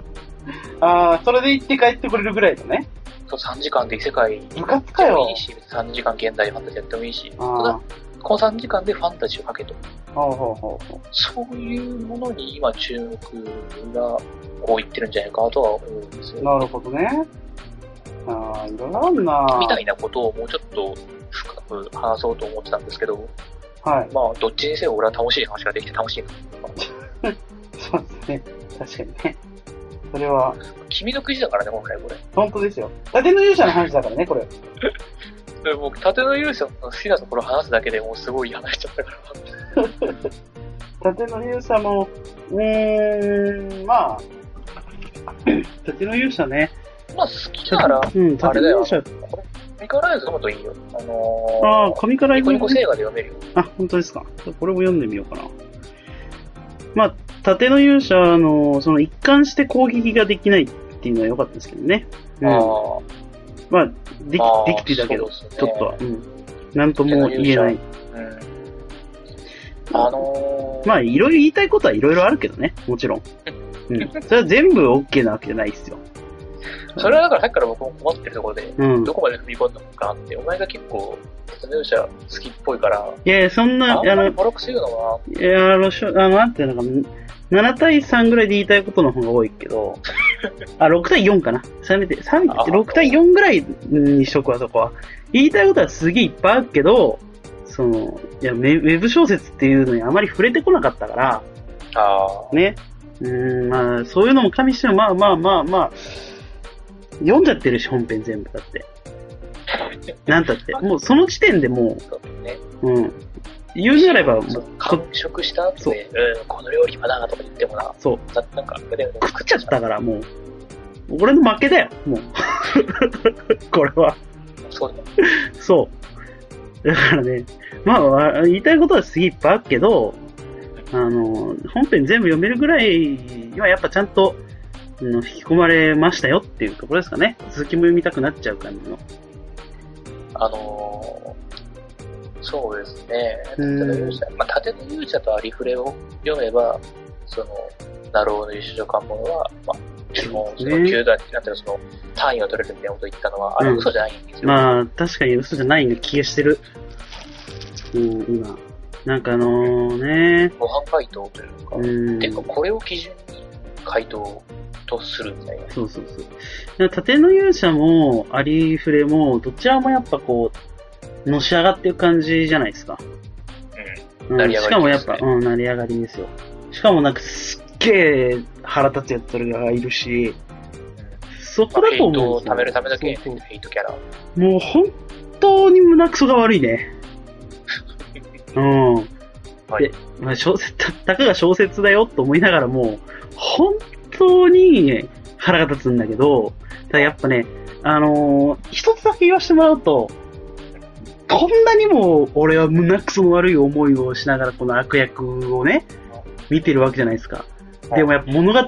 [SPEAKER 1] ああ、それで行って帰ってこれるぐらいのね。
[SPEAKER 2] そう3時間で異世界行
[SPEAKER 1] 部活か
[SPEAKER 2] っても
[SPEAKER 1] よ
[SPEAKER 2] いい。し、3時間現代ファンタジーやってもいいし、
[SPEAKER 1] あ
[SPEAKER 2] た
[SPEAKER 1] あ
[SPEAKER 2] だ、この3時間でファンタジーを書けと。
[SPEAKER 1] ほうほうほうほ
[SPEAKER 2] そういうものに今注目がこういってるんじゃないかとは思うんです
[SPEAKER 1] う。
[SPEAKER 2] よ。
[SPEAKER 1] なるほどね。ああ、いろいろあるな。
[SPEAKER 2] みたいなことをもうちょっと深く話そうと思ってたんですけど、
[SPEAKER 1] はい。
[SPEAKER 2] まあ、どっちにせよ俺は楽しい話ができて楽しいな。
[SPEAKER 1] そうですね。確かにね。それは、
[SPEAKER 2] 君のくじだからね、今回これ。
[SPEAKER 1] 本当ですよ。縦の勇者の話だからね、これ。
[SPEAKER 2] でも、縦の勇者の好きなところ話すだけでもうすごい話しちゃったから。
[SPEAKER 1] 縦の勇者も、うーん、まあ、 縦の勇者ね。
[SPEAKER 2] まあ、好きなら、
[SPEAKER 1] うん、
[SPEAKER 2] あ
[SPEAKER 1] 縦
[SPEAKER 2] れ
[SPEAKER 1] の
[SPEAKER 2] だよ
[SPEAKER 1] 勇者。
[SPEAKER 2] ミカライズ読むといいよ。あ
[SPEAKER 1] ああ、
[SPEAKER 2] の
[SPEAKER 1] 神から
[SPEAKER 2] ー、ニ
[SPEAKER 1] 行
[SPEAKER 2] コ
[SPEAKER 1] く
[SPEAKER 2] ニコ星画で読めるよ。
[SPEAKER 1] あ、本当ですか。これも読んでみようかな。まあ、盾の勇者の、その一貫して攻撃ができないっていうのは良かったですけどね。うん。
[SPEAKER 2] ああ
[SPEAKER 1] まあ、でき
[SPEAKER 2] あ、ー
[SPEAKER 1] できてたけど、
[SPEAKER 2] そうですね
[SPEAKER 1] ちょっとは。うん。なんとも言えない。
[SPEAKER 2] うんあのー、
[SPEAKER 1] まあ、いろいろ言いたいことはいろいろあるけどね。もちろん。うん。 それは全部 OK なわけじゃないですよ。
[SPEAKER 2] それはだからさっきから僕も困ってるところで、
[SPEAKER 1] うん。
[SPEAKER 2] どこまで踏み込んだのかって、お前が結構、説明者好きっぽいから、
[SPEAKER 1] いやいや、そんな、
[SPEAKER 2] あ
[SPEAKER 1] あ
[SPEAKER 2] んま
[SPEAKER 1] の
[SPEAKER 2] り、ボロクス言うのは、
[SPEAKER 1] いや、あの、しょあのなんていうのかな、7対3ぐらいで言いたいことの方が多いけど、あ、6対4かな。せめて、3
[SPEAKER 2] あ
[SPEAKER 1] 6対4ぐらいにしとくわ、そこは。言いたいことはすげえいっぱいあるけど、その、いや、ウェウェブ小説っていうのにあまり触れてこなかったから、
[SPEAKER 2] ああ、
[SPEAKER 1] ね。うーん、まあ、そういうのも加味しても、まあまあまあまあ、読んじゃってるし、本編全部だって。なんたって。もうその時点でも
[SPEAKER 2] そうね。
[SPEAKER 1] う、うん。言うなれば、もう、
[SPEAKER 2] 完食した後で、うん、この料理はなとか言ってもな、
[SPEAKER 1] そう、
[SPEAKER 2] だなんか、でも
[SPEAKER 1] 食っちゃったから、もう。俺の負けだよ、もう。 これは。
[SPEAKER 2] そうだ。
[SPEAKER 1] そう。だからね、まあわ、言いたいことはすげえいっぱいあるけど、あの、本編全部読めるぐらいはやっぱちゃんと、うん引き込まれましたよっていうところですかね。続きも読みたくなっちゃう感じの。
[SPEAKER 2] あのー、そうですね。縦
[SPEAKER 1] うん
[SPEAKER 2] の勇者。まあ、縦の勇者とアリフレを読めば、その、ナローの優秀官ものは、まあ、基本、そ
[SPEAKER 1] そうです
[SPEAKER 2] の、
[SPEAKER 1] ね
[SPEAKER 2] 球団になってるその、単位を取れるみたいなことを言ったのは、あれ
[SPEAKER 1] うん
[SPEAKER 2] 嘘じゃないんですよ。
[SPEAKER 1] まあ、確かに嘘じゃないの気がしてる。うん、今。なんかあのね、
[SPEAKER 2] 模範回答というか、
[SPEAKER 1] うん。
[SPEAKER 2] てか、これを基準に回答とするみたいな。
[SPEAKER 1] そうそうそう。でも縦の勇者も、アリフレも、どちらもやっぱこう、のし上がってる感じじゃないですか。うん
[SPEAKER 2] 成り
[SPEAKER 1] し
[SPEAKER 2] 上がりですね
[SPEAKER 1] かもやっぱ、うん、成り上がりですよ。しかもなんかすっげえ腹立つやつらがいるし、そこ
[SPEAKER 2] ま
[SPEAKER 1] だ
[SPEAKER 2] あ、ヘイ
[SPEAKER 1] と
[SPEAKER 2] ト
[SPEAKER 1] 思う
[SPEAKER 2] を
[SPEAKER 1] んですよ
[SPEAKER 2] 貯めるためだけ、
[SPEAKER 1] そうそ
[SPEAKER 2] ヘイトキャラ。
[SPEAKER 1] うもう本当に胸クソが悪いね。うん。
[SPEAKER 2] はい
[SPEAKER 1] で、まあ、小説、たたかが小説だよと思いながらも、本当に腹が立つんだけど、ただやっぱね、あのー一つだけ言わせてもらうと、こんなにも俺は胸くその悪い思いをしながらこの悪役をね、見てるわけじゃないですか。でもやっぱ物語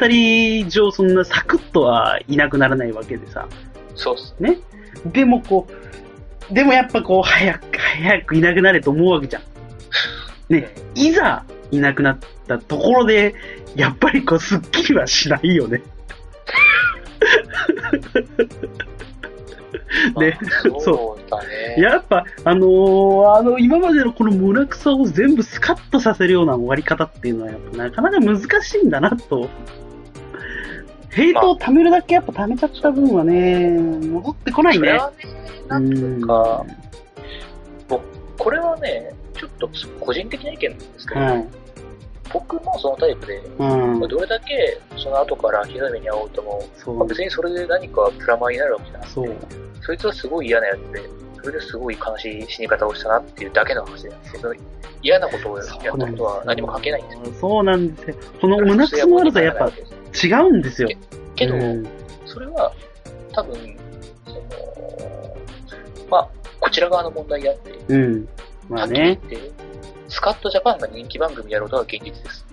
[SPEAKER 1] 上そんなサクッとはいなくならないわけでさ。
[SPEAKER 2] そうっす。
[SPEAKER 1] でもこう、でもやっぱこう早く、早くいなくなれと思うわけじゃん。ね、いざいなくなったところで、やっぱりこう、すっきりはしないよね。ね
[SPEAKER 2] まあそうだね。
[SPEAKER 1] やっぱ、あのーあの、今までのこの胸くさを全部スカッとさせるような終わり方っていうのは、やっぱなかなか難しいんだなと。ヘイトを貯めるだけやっぱ貯めちゃった分はね、戻ってこない
[SPEAKER 2] それ
[SPEAKER 1] ね。
[SPEAKER 2] はね、なんていうか、これはね、ちょっと個人的な意見なんですけ
[SPEAKER 1] う
[SPEAKER 2] ど、
[SPEAKER 1] ん。
[SPEAKER 2] 僕もそのタイプで、
[SPEAKER 1] うん。
[SPEAKER 2] どれだけその後からひどい目に遭おうとも、ま
[SPEAKER 1] そ
[SPEAKER 2] あ
[SPEAKER 1] う。
[SPEAKER 2] 別にそれで何かプラマイになるわけじゃなく
[SPEAKER 1] そ
[SPEAKER 2] て
[SPEAKER 1] う。
[SPEAKER 2] そいつはすごい嫌なやつで、それですごい悲しい死に方をしたなっていうだけの話なんですけど、嫌なことをやったことは何も関係ないんですよ。
[SPEAKER 1] そうなんですよ。この胸くその悪さやっぱ違うんですよ。
[SPEAKER 2] けど、
[SPEAKER 1] うん
[SPEAKER 2] それは多分、その、まあ、こちら側の問題であって、
[SPEAKER 1] うん。まあ
[SPEAKER 2] はっ
[SPEAKER 1] ね。
[SPEAKER 2] きり言って、スカットジャパンが人気番組やることは現実です。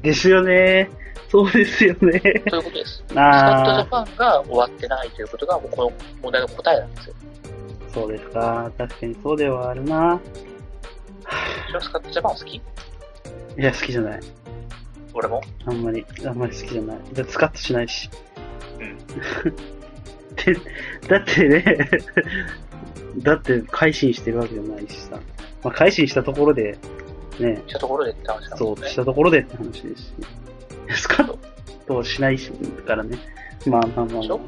[SPEAKER 1] ですよね。そうですよ ね。
[SPEAKER 2] ということです。スカットジャ
[SPEAKER 1] ああ、
[SPEAKER 2] パンが終わってないということが、もうこの問題の答えなんですよ。
[SPEAKER 1] そうですか。確かにそうではあるな。
[SPEAKER 2] 私はスカットジャパン好き
[SPEAKER 1] いや、好きじゃない。
[SPEAKER 2] 俺も。
[SPEAKER 1] あんまり、あんまり好きじゃない。だってスカッとしないし。
[SPEAKER 2] う
[SPEAKER 1] で だってね、だって改心してるわけじゃないしさ。まあ、改心したところで、ね、
[SPEAKER 2] したところでって話なんです
[SPEAKER 1] そ
[SPEAKER 2] よ
[SPEAKER 1] う、
[SPEAKER 2] ね。
[SPEAKER 1] したところでって話ですし。スカッとしないし、からね。まあまあまあ
[SPEAKER 2] でし
[SPEAKER 1] まあう
[SPEAKER 2] ょ。
[SPEAKER 1] ん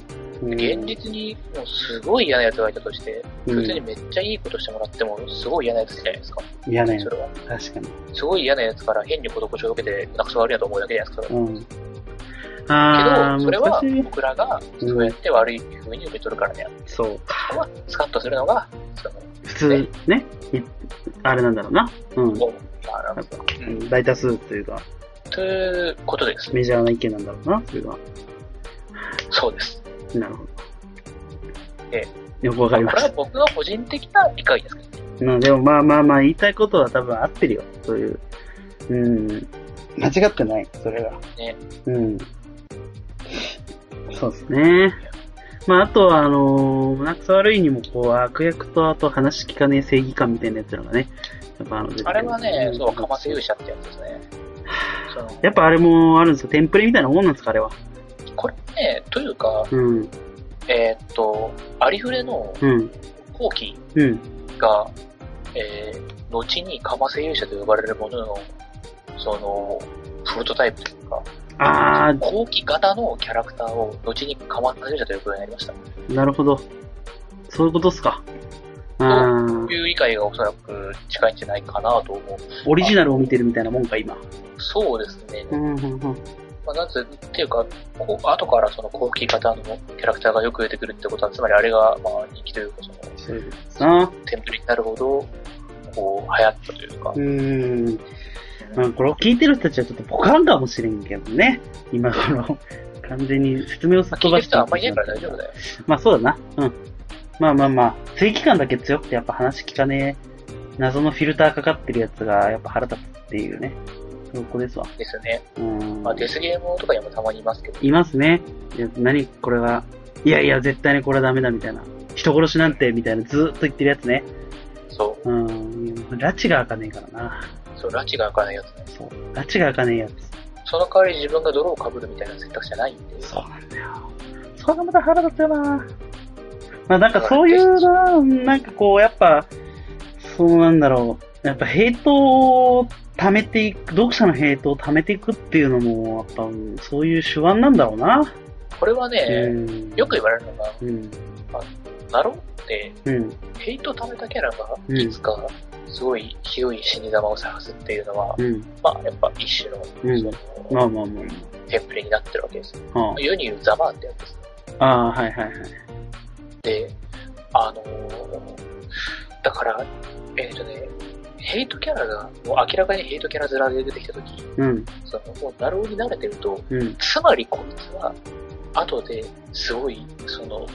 [SPEAKER 2] 現実に、もうすごい嫌な奴がいたとして、
[SPEAKER 1] う
[SPEAKER 2] そ
[SPEAKER 1] ん
[SPEAKER 2] いつにめっちゃいいことしてもらっても、すごい嫌な奴じゃないですか。
[SPEAKER 1] 嫌なや
[SPEAKER 2] それは。
[SPEAKER 1] つ。確かに。
[SPEAKER 2] すごい嫌な奴から変に孤独をしょけて、なんかそう悪いなと思うだけじゃないですか。
[SPEAKER 1] うん。
[SPEAKER 2] け
[SPEAKER 1] ああ、
[SPEAKER 2] ど、それは
[SPEAKER 1] 難しい。
[SPEAKER 2] 僕らがそうやって悪い風に受け取るからね。
[SPEAKER 1] そう。
[SPEAKER 2] まあスカッとするのが、その、
[SPEAKER 1] 普通、ね。いあれなんだろうな。うん。
[SPEAKER 2] おまあ、なんですか。うん
[SPEAKER 1] 大多数というか、
[SPEAKER 2] ということです。
[SPEAKER 1] メジャーな意見なんだろうな、それは。
[SPEAKER 2] そうです。
[SPEAKER 1] なるほど。
[SPEAKER 2] え
[SPEAKER 1] よくわ
[SPEAKER 2] ま
[SPEAKER 1] か
[SPEAKER 2] あ
[SPEAKER 1] り
[SPEAKER 2] こ
[SPEAKER 1] ま
[SPEAKER 2] れは
[SPEAKER 1] し
[SPEAKER 2] 僕の個人的な理解ですけどね。
[SPEAKER 1] た。うん、でもまあまあまあ、言いたいことは多分合ってるよ、そういう。うん。間違ってない、それは。
[SPEAKER 2] ね
[SPEAKER 1] うん。そうですね。まあ、あとは、あのー、胸くそ悪いにも、こう、悪役と、あと話聞かねえ正義感みたいなやつらがね、やっぱあの、出てく
[SPEAKER 2] あ
[SPEAKER 1] る
[SPEAKER 2] れはね、そう、若松
[SPEAKER 1] ん
[SPEAKER 2] 勇者ってやつですね。その
[SPEAKER 1] やっぱあれもあるんですよ。テンプレみたいなもんなんですか、あれは。
[SPEAKER 2] これね、というか、
[SPEAKER 1] うん、
[SPEAKER 2] えーっと、ありふれの
[SPEAKER 1] うん、
[SPEAKER 2] 後期
[SPEAKER 1] うん。
[SPEAKER 2] が、えー、後にかませ勇者と呼ばれるものの、その、プロトタイプというか、
[SPEAKER 1] あー、
[SPEAKER 2] 後期型のキャラクターを後にかませ勇者と呼ぶようになりました。
[SPEAKER 1] なるほど。そういうことっすか。あー
[SPEAKER 2] と、いう理解がおそらく近いんじゃないかなと思う。
[SPEAKER 1] オリジナルを見てるみたいなもんか、今。
[SPEAKER 2] そうですね。
[SPEAKER 1] うん、うん、うん。
[SPEAKER 2] まあ、なんつうっていうか、こう後からその後期型のキャラクターがよく出てくるってことは、つまりあれがまあ人気というか、その
[SPEAKER 1] そういうことですな。
[SPEAKER 2] テンプレになるほど、こう、流行ったというか
[SPEAKER 1] う、ーん。まあ、これを聞いてる人たちはちょっとポカンかもしれんけどね。今、この、完全に説明をす
[SPEAKER 2] ま
[SPEAKER 1] っ
[SPEAKER 2] あ、聞
[SPEAKER 1] 飛ば
[SPEAKER 2] いてる
[SPEAKER 1] し
[SPEAKER 2] 人
[SPEAKER 1] て
[SPEAKER 2] はあんまりいないから大丈夫だよ。
[SPEAKER 1] まあ、そうだな。うん。まあまあまあ、正義感だけ強くてやっぱ話聞かねえ、謎のフィルターかかってるやつがやっぱ腹立つっていうね。そこですわ。
[SPEAKER 2] ですね。
[SPEAKER 1] うん
[SPEAKER 2] まあ、。デスゲームとかにもたまにいますけど、
[SPEAKER 1] いますね。いや何これは。いやいや、絶対にこれはダメだみたいな。人殺しなんてみたいな、ずーっと言ってるやつね。
[SPEAKER 2] そ
[SPEAKER 1] うん。拉致が開かねえからな。
[SPEAKER 2] う、そう、拉致が開かないやつね。
[SPEAKER 1] そう。拉致が開かねえやつ。
[SPEAKER 2] その代わり自分が泥をかぶるみたいな選択肢じゃないんで、
[SPEAKER 1] そうなんだよ。それがまた腹立つよな。まあなんかそういうな、なんかこう、やっぱ、そうなんだろう。やっぱヘイトを貯めていく、読者のヘイトを貯めていくっていうのも、やっぱうんそういう手腕なんだろうな。
[SPEAKER 2] これはね、
[SPEAKER 1] うん。
[SPEAKER 2] よく言われるのが、
[SPEAKER 1] うん。
[SPEAKER 2] なろうって、
[SPEAKER 1] うん。
[SPEAKER 2] ヘイトを貯めたキャラが、
[SPEAKER 1] うん
[SPEAKER 2] いつか、すごいひどい死に様を探すっていうのは、
[SPEAKER 1] うん。
[SPEAKER 2] まあ、やっぱ一種の、
[SPEAKER 1] うん
[SPEAKER 2] その、
[SPEAKER 1] まあまあま
[SPEAKER 2] テンプレになってるわけですよ。
[SPEAKER 1] あまあ。
[SPEAKER 2] 世に言うザマーってやつです。
[SPEAKER 1] ああ、はいはいはい。
[SPEAKER 2] で、あのーだから、えっ、とね、ヘイトキャラが、もう明らかにヘイトキャラ面で出てきたとき、
[SPEAKER 1] うん、
[SPEAKER 2] その、もうナルオに慣れてると、
[SPEAKER 1] うん、
[SPEAKER 2] つまりこいつは、後ですごい、その、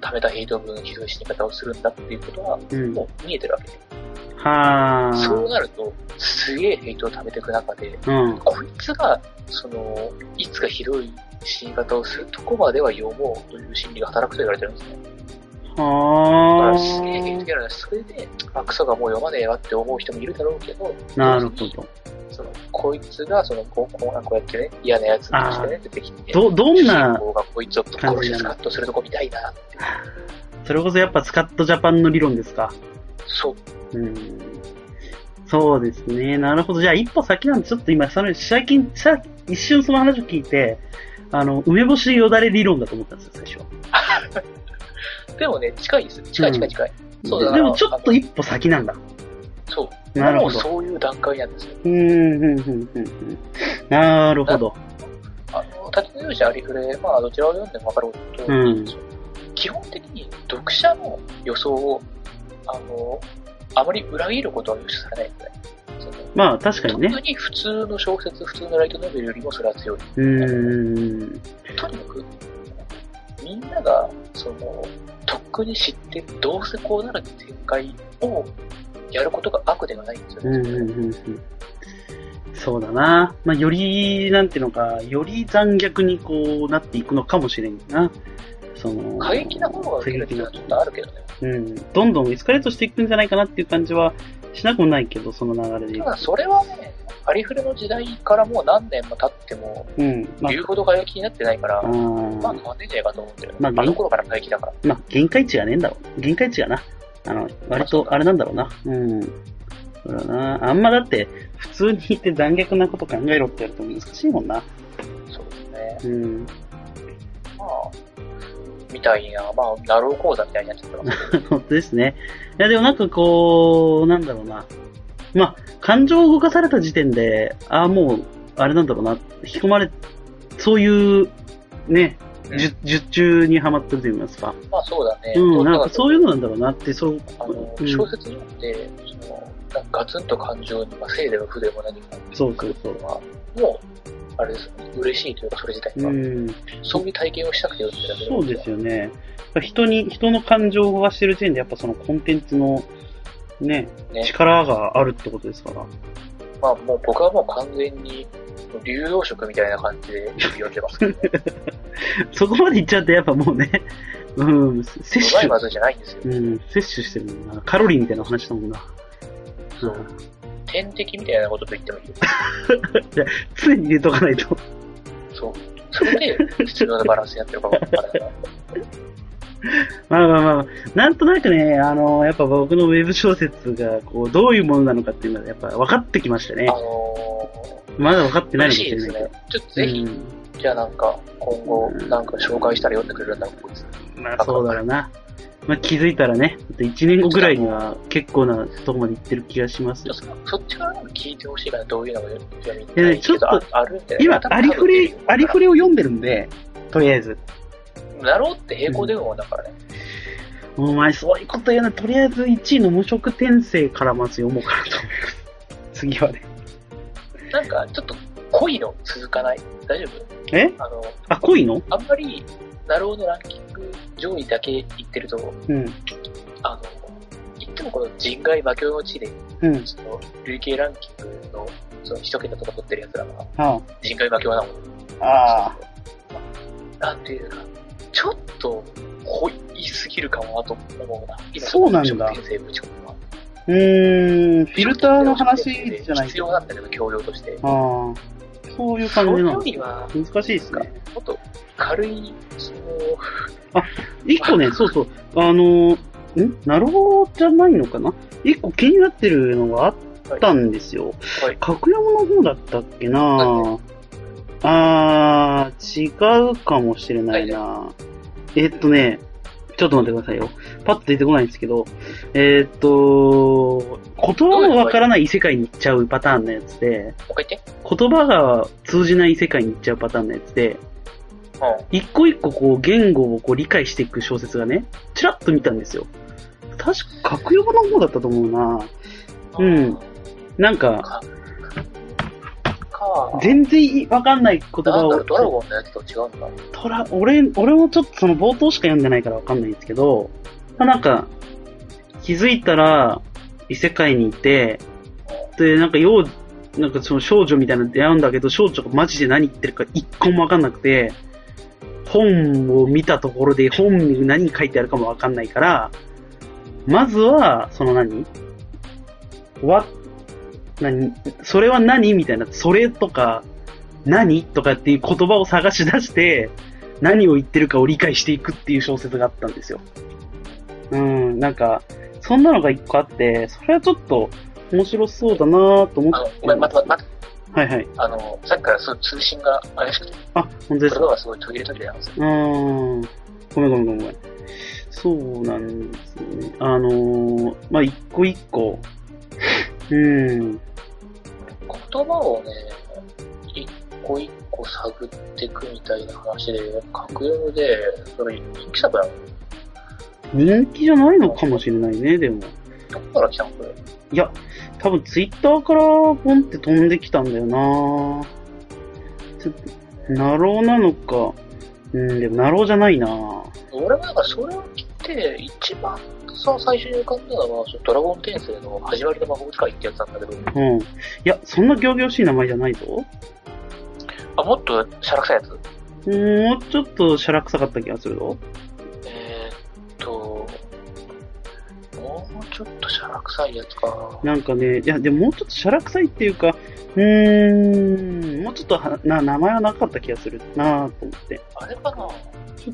[SPEAKER 2] 貯めたヘイト分ひどい死に方をするんだっていうことは、
[SPEAKER 1] うん。
[SPEAKER 2] もう見えてるわけで。
[SPEAKER 1] はあ。
[SPEAKER 2] そうなると、すげえヘイトを貯めていく中で、
[SPEAKER 1] うん、
[SPEAKER 2] こいつが、その、いつかひどい死に方をするとこまでは読もうという心理が働くと言われてるんですね。だからすげえヘイト
[SPEAKER 1] は
[SPEAKER 2] キャラだし、それで、あ、クソがもう読まねえわって思う人もいるだろうけど、
[SPEAKER 1] あ。なるほど。
[SPEAKER 2] その、こいつが、その、こう、こうこうやってね、嫌なやつとしてね、出てきて、
[SPEAKER 1] ど、どんな、
[SPEAKER 2] がこいつをぶっ殺してスカッとするとこ見たいな。
[SPEAKER 1] それこそやっぱスカットジャパンの理論ですか。
[SPEAKER 2] そう。
[SPEAKER 1] うん。そうですね。なるほど。じゃあ一歩先なんで、ちょっと今、その、最近、さ一瞬その話を聞いて、あの、梅干しよだれ理論だと思ったんですよ、最初。
[SPEAKER 2] でもね、近いです。近い近い近い。そう
[SPEAKER 1] で
[SPEAKER 2] だな
[SPEAKER 1] でもちょっと一歩先なんだ。
[SPEAKER 2] そう。
[SPEAKER 1] なる
[SPEAKER 2] も
[SPEAKER 1] ほ
[SPEAKER 2] う
[SPEAKER 1] ど。
[SPEAKER 2] そういう段階なんですよ。
[SPEAKER 1] うん、うん、うん、うんうん。なるほど。
[SPEAKER 2] あの、立ちの勇者ありふれ、まあ、どちらを読んでもわかることと、
[SPEAKER 1] うん
[SPEAKER 2] 基本的に読者の予想を、あの、あまり裏切ることは許されないんで、その
[SPEAKER 1] まあ、確かにね。
[SPEAKER 2] 特に普通の小説、普通のライトノベルよりもそれは強い。
[SPEAKER 1] うん。
[SPEAKER 2] とにかく、みんなが、その、とっくに知って、どうせこうなる展開をやることが悪ではないんですよ
[SPEAKER 1] う
[SPEAKER 2] ね。
[SPEAKER 1] んうんうんうんそうだな。まあ、より、なんていうのか、より残虐にこうなっていくのかもしれんな。その、
[SPEAKER 2] 過激な方が受けるっていうのはちょっとあるけどね。
[SPEAKER 1] うん。どんどんエスカレートしていくんじゃないかなっていう感じはしなくもないけど、その流れでい
[SPEAKER 2] た
[SPEAKER 1] く
[SPEAKER 2] だ、それはね、ありふれの時代からもう何年も経っても、
[SPEAKER 1] と。うん。ま
[SPEAKER 2] 言うほど過激になってないから
[SPEAKER 1] あ、う、ん
[SPEAKER 2] まあ変わんねえんじゃないかと思うんだよね。
[SPEAKER 1] ま
[SPEAKER 2] ま
[SPEAKER 1] あ
[SPEAKER 2] あ、
[SPEAKER 1] ね
[SPEAKER 2] の頃から過激だから。
[SPEAKER 1] まあ、限界値がねえんだろう。限界値がな。あの、割と、あれなんだろうな。うん。そうだな。あんまだって、普通にいて残虐なこと考えろってやると難しいもんな。
[SPEAKER 2] そうですね。
[SPEAKER 1] うん。
[SPEAKER 2] まあ、みたいな、まあ、ナロー講座みたいになっちゃってますけど。
[SPEAKER 1] 本当ですね。いや、でもなんかこう、なんだろうな。まあ、感情を動かされた時点で、ああ、もう、あれなんだろうな。引き込まれ、そういう、ね、
[SPEAKER 2] うん
[SPEAKER 1] 術術中にはまってると言いますか。
[SPEAKER 2] まあそうだね。
[SPEAKER 1] うん、なんか
[SPEAKER 2] だ
[SPEAKER 1] そういうのなんだろうなって、そう、
[SPEAKER 2] あの、
[SPEAKER 1] うん
[SPEAKER 2] 小説によって、その、なんかガツンと感情に、まあ、精霊も筆も何も、
[SPEAKER 1] そうそうそう。
[SPEAKER 2] まあ、もう、あれですよね、嬉しいというか、それ自体
[SPEAKER 1] う
[SPEAKER 2] が、
[SPEAKER 1] ん、
[SPEAKER 2] そういう体験をしたくて読んでるだけ
[SPEAKER 1] そうですよね。やっぱ人に、人の感情を動かしてる時点で、やっぱそのコンテンツの、ね、
[SPEAKER 2] ね
[SPEAKER 1] 力があるってことですから。
[SPEAKER 2] まあ、もう僕はもう完全に、流動色みたいな感じで読んでますけど ね。
[SPEAKER 1] そこまでいっちゃって、やっぱもうね、うん、
[SPEAKER 2] う
[SPEAKER 1] 摂
[SPEAKER 2] まい
[SPEAKER 1] 取
[SPEAKER 2] まずいじゃないんですよ。
[SPEAKER 1] うん、摂取してるもんな。カロリーみたいな話だもんな。
[SPEAKER 2] そう。天敵みたいなことと言ってもいいよ。
[SPEAKER 1] 常に入れとかないと。
[SPEAKER 2] そう。それで、必要なバランスやってるか分か らない。
[SPEAKER 1] まあまあまあまあ、なんとなくね、あの、やっぱ僕のウェブ小説が、こう、どういうものなのかっていうのは、やっぱ分かってきましたね
[SPEAKER 2] あ。の
[SPEAKER 1] まだ分かって
[SPEAKER 2] ー、
[SPEAKER 1] ない
[SPEAKER 2] 嬉
[SPEAKER 1] のか
[SPEAKER 2] し
[SPEAKER 1] も
[SPEAKER 2] い
[SPEAKER 1] しれ
[SPEAKER 2] で
[SPEAKER 1] ない
[SPEAKER 2] す
[SPEAKER 1] けど
[SPEAKER 2] ね。ちょっとぜひ、じゃあなんか、今後、なんか紹介したら読んでくれるんだろう、こいつ。
[SPEAKER 1] うん、まあそうだろうな。まあ気づいたらね、1年後ぐらいには結構なとこまで行ってる気がします
[SPEAKER 2] ちょ。っとそっちからなんか聞いてほしいから、どういうのが読み
[SPEAKER 1] いやちょっと
[SPEAKER 2] ああるんだよ
[SPEAKER 1] 今、ありふれ、ありふ
[SPEAKER 2] れ。
[SPEAKER 1] れを読んでるんで、とりあえず。
[SPEAKER 2] だろうって平行電話だからね。
[SPEAKER 1] お前、そういうこと言うな。とりあえず1位の無職転生からまず読もう かなと思います。次はね。
[SPEAKER 2] なんか、ちょっと恋の続かない。大丈夫
[SPEAKER 1] え
[SPEAKER 2] あの、
[SPEAKER 1] あ、濃いの
[SPEAKER 2] あんまり、なろうのランキング上位だけ言ってると、
[SPEAKER 1] うん。
[SPEAKER 2] あの、言ってもこの人外魔境の地で、
[SPEAKER 1] うん。
[SPEAKER 2] その、累計ランキングの、その一桁とか取ってる奴らが、
[SPEAKER 1] は
[SPEAKER 2] 人外魔境なもん
[SPEAKER 1] あ。ああ。
[SPEAKER 2] なんていうか、ちょっと、濃いすぎるかもなと思うな。
[SPEAKER 1] そうなんだ
[SPEAKER 2] 転生部長は。
[SPEAKER 1] うーん、フィルターの話じゃない
[SPEAKER 2] 必
[SPEAKER 1] けど。
[SPEAKER 2] 要
[SPEAKER 1] あ
[SPEAKER 2] なんだけど、教養として。
[SPEAKER 1] あ。そういう
[SPEAKER 2] そ
[SPEAKER 1] 感
[SPEAKER 2] れ
[SPEAKER 1] じな
[SPEAKER 2] よ
[SPEAKER 1] の。
[SPEAKER 2] りは、
[SPEAKER 1] 難しいっすね。
[SPEAKER 2] もっと軽い、その、
[SPEAKER 1] 一個 ね、そうそう。あの、んなるほどじゃないのかな一個気になってるのがあったんですよ。
[SPEAKER 2] はい
[SPEAKER 1] 格山の方だったっけなあー、違うかもしれないなえっとね、ちょっと待ってくださいよ。パッと出てこないんですけど、えっと、言葉がわからない異世界に行っちゃうパターンのやつで、
[SPEAKER 2] もう一回言って。
[SPEAKER 1] 言葉が通じない世界に行っちゃうパターンのやつで、
[SPEAKER 2] う
[SPEAKER 1] 一個一個こう言語をこう理解していく小説がね、ちらっと見たんですよ。確か、格読の方だったと思うな。うん。なんか、
[SPEAKER 2] か、か、
[SPEAKER 1] 全然いわかんない言葉
[SPEAKER 2] なんだろ
[SPEAKER 1] を
[SPEAKER 2] う、ドラゴンのやつと違うんだ。
[SPEAKER 1] トラ、俺、俺もちょっとその冒頭しか読んでないからわかんないんですけど、まあ、なんか、気づいたら異世界にいて、で、なんかよう、なんかその少女みたいなの出会うんだけど、少女がマジで何言ってるか一個もわかんなくて、本を見たところで本に何書いてあるかもわかんないから、まずは、その何わ、何それは何みたいな、それとか、何とかっていう言葉を探し出して、何を言ってるかを理解していくっていう小説があったんですよ。うん、なんか、そんなのが一個あって、それはちょっと面白そうだなぁと思
[SPEAKER 2] あの
[SPEAKER 1] っ、
[SPEAKER 2] ごめ
[SPEAKER 1] て。
[SPEAKER 2] ん、待って待って
[SPEAKER 1] はいはい。
[SPEAKER 2] あの、さっきからそう通信が怪しくて、
[SPEAKER 1] あ、本当です
[SPEAKER 2] そ
[SPEAKER 1] か
[SPEAKER 2] れがすごい途切れ途切れなんですよ。
[SPEAKER 1] うーん。ごめんごめんごめんごめん。そうなんですよね。あのー、まあ、一個一個。うん。
[SPEAKER 2] 言葉をね、一個一個探っていくみたいな話で、格読で、それ、人気作やん。
[SPEAKER 1] 人気じゃないのかもしれないね、でも。
[SPEAKER 2] どこから来たのこれ。
[SPEAKER 1] いや、多分ツイッターからポンって飛んできたんだよなちょっと、ナローなのか。うん、でもナローじゃないな
[SPEAKER 2] 俺もなんかそれを聞いて、一番さ、最初に浮かんだのは、そのドラゴン転生の始まりの魔法使いってやつなんだけど、
[SPEAKER 1] うん。いや、そんな行々しい名前じゃないぞ。
[SPEAKER 2] あ、もっとシャラくさいやつ
[SPEAKER 1] もうちょっとシャラ臭かった気がするぞ。
[SPEAKER 2] えーっと、もうちょっとシャラ臭いやつか。
[SPEAKER 1] なんかね、いや、でももうちょっとシャラ臭いっていうか、うーん、もうちょっとはな名前はなかった気がするなぁと思って。
[SPEAKER 2] あれかな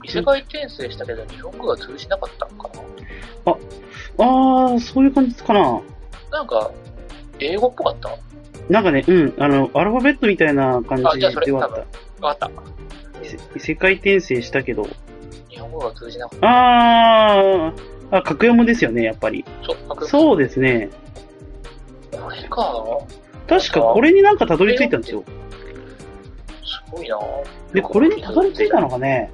[SPEAKER 2] 異世界転生したけど、日本語が通じなかったのか
[SPEAKER 1] あー、そういう感じかな。
[SPEAKER 2] ななんか、英語っぽかった
[SPEAKER 1] なんかね、うん、あの、アルファベットみたいな感
[SPEAKER 2] あ
[SPEAKER 1] じ
[SPEAKER 2] じゃあそれ
[SPEAKER 1] ではあっ
[SPEAKER 2] 多
[SPEAKER 1] た
[SPEAKER 2] 分。わかった。
[SPEAKER 1] 異世異世界転生したけど。
[SPEAKER 2] 日本語が通じなかっ
[SPEAKER 1] あー、あ、格読むですよね、やっぱり。
[SPEAKER 2] た。そう、格
[SPEAKER 1] そうですね。
[SPEAKER 2] これか。
[SPEAKER 1] 確かこれになんかたどり着いたんですよ。
[SPEAKER 2] すごいな
[SPEAKER 1] で、これにたどり着いたのがね、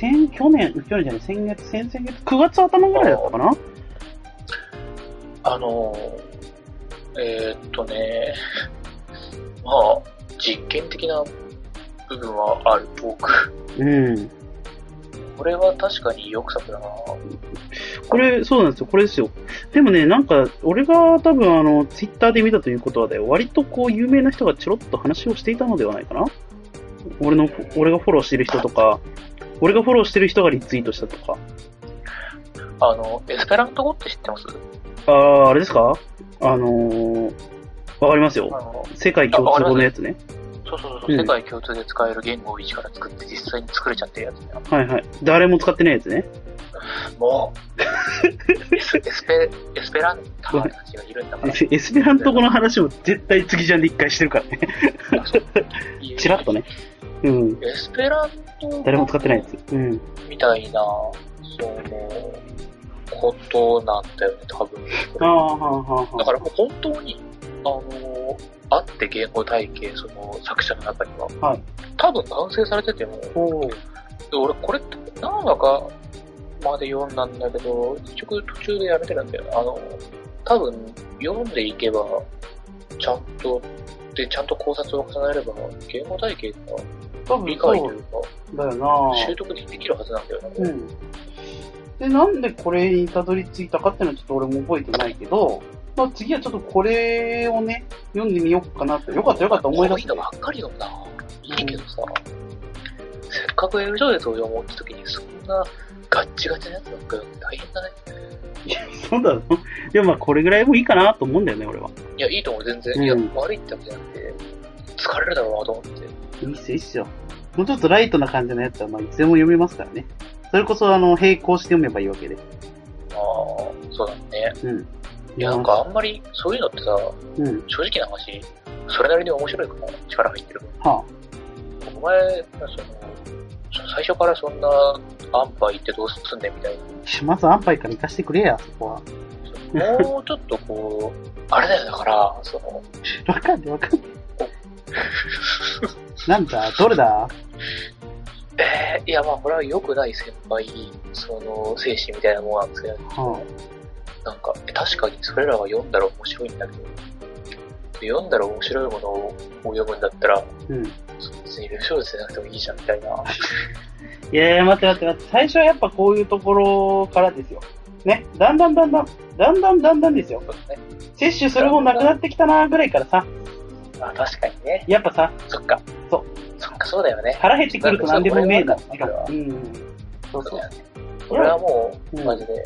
[SPEAKER 1] 先、去年、去年じゃない、先月、先々月、9月頭ぐらいだったかな
[SPEAKER 2] あのー、えーっとね、まあ、実験的な部分はある、多く。
[SPEAKER 1] うん。
[SPEAKER 2] これは確かによく作だな
[SPEAKER 1] これ、そうなんですよ。これですよ。でもね、なんか、俺が多分、あの、ツイッターで見たということはだよ。割とこう、有名な人がちょろっと話をしていたのではないかな俺の、俺がフォローしてる人とか、俺がフォローしてる人がリツイートしたとか。
[SPEAKER 2] あの、エスペラント語って知ってます
[SPEAKER 1] あー、あれですかあのー、わかります
[SPEAKER 2] あ
[SPEAKER 1] よ。
[SPEAKER 2] の
[SPEAKER 1] 世界共通語のやつね。
[SPEAKER 2] そうそうそう、
[SPEAKER 1] うん
[SPEAKER 2] 世界共通で使える言語を一から作って実際に作れちゃってるやつね。
[SPEAKER 1] はいはい。誰も使ってないやつね。
[SPEAKER 2] もう、エスエスペ、エスペランターたちがいるんだから。
[SPEAKER 1] エスペラント語の話も絶対次じゃんで一回してるからね。 チラッとね。うん。
[SPEAKER 2] エスペラント
[SPEAKER 1] 誰も使ってないやつ。うん。
[SPEAKER 2] みたいな、その、ことなんだよね、多分。
[SPEAKER 1] あーはーはー
[SPEAKER 2] だ
[SPEAKER 1] は
[SPEAKER 2] からもう本当に、あの、あって言語体系、その作者の中には、
[SPEAKER 1] ー。はい。
[SPEAKER 2] 多分完成されてても、
[SPEAKER 1] おー。
[SPEAKER 2] で俺これ何話かまで読んだんだけど結局途中でやめてるんだよなあの多分読んでいけばちゃんとでちゃんと考察を重ねれば言語体系が
[SPEAKER 1] 多分
[SPEAKER 2] 理解というか
[SPEAKER 1] だよ
[SPEAKER 2] 習得できるはずなんだよな、
[SPEAKER 1] なうん。で、なんでこれにたどり着いたかっていうのはちょっと俺も覚えてないけど、まあ、次はちょっとこれをね、読んでみようかなって。よかったよかった、思い出
[SPEAKER 2] いい
[SPEAKER 1] し
[SPEAKER 2] の
[SPEAKER 1] た。
[SPEAKER 2] ばっかり読んだないいけどさ、せっかく L 上でそう思った時にそんなガッチガチなやつなんか大変だね
[SPEAKER 1] そうだろでもまあこれぐらいもいいかなと思うんだよね、俺は。
[SPEAKER 2] いやいいと思う全然、
[SPEAKER 1] うん
[SPEAKER 2] いや悪いってわけじゃなくて疲れるだろうなと思って
[SPEAKER 1] いいっすよ、いいっすよ。もうちょっとライトな感じのやつは、まあ、いつでも読めますからね。それこそ、あの、並行して読めばいいわけで。
[SPEAKER 2] ああそうだね
[SPEAKER 1] うん。
[SPEAKER 2] いや、なんかあんまり、そういうのってさ、
[SPEAKER 1] うん。
[SPEAKER 2] 正直な話、それなりに面白いから力入ってる。
[SPEAKER 1] は
[SPEAKER 2] お前、その、そ最初からそんな、安牌ってどうすんねんみたい
[SPEAKER 1] あ、まず安牌から行かしてくれや、そこは。
[SPEAKER 2] な。もうちょっとこう、あれだよ、だから、その、
[SPEAKER 1] わかんないわか んない。なんだどれだ
[SPEAKER 2] えーいや、まあ、これは良くない先輩、その、精神みたいなもんなんですけど、
[SPEAKER 1] は
[SPEAKER 2] なんか、え確かにそれらは読んだら面白いんだけど、読んだら面白いものを読むんだったら、
[SPEAKER 1] うん。
[SPEAKER 2] 別にウェブ小説じゃなくてもいいじゃんみたいな。
[SPEAKER 1] いやいや、待って待って待って、最初はやっぱこういうところからですよ。ね、だんだんだんだん、だんだんだんだんですよ。
[SPEAKER 2] そうだね
[SPEAKER 1] 摂取するもんなくなってきたなぐらいからさ、
[SPEAKER 2] あ、確かにね。
[SPEAKER 1] やっぱさ、
[SPEAKER 2] そっか。
[SPEAKER 1] そう。
[SPEAKER 2] そっか、そうだよね。
[SPEAKER 1] 腹減ってくると何でもうめえな。しか
[SPEAKER 2] なんか
[SPEAKER 1] も
[SPEAKER 2] そ
[SPEAKER 1] うん。そうそう。
[SPEAKER 2] 俺はも
[SPEAKER 1] う
[SPEAKER 2] う、
[SPEAKER 1] ん
[SPEAKER 2] マジで、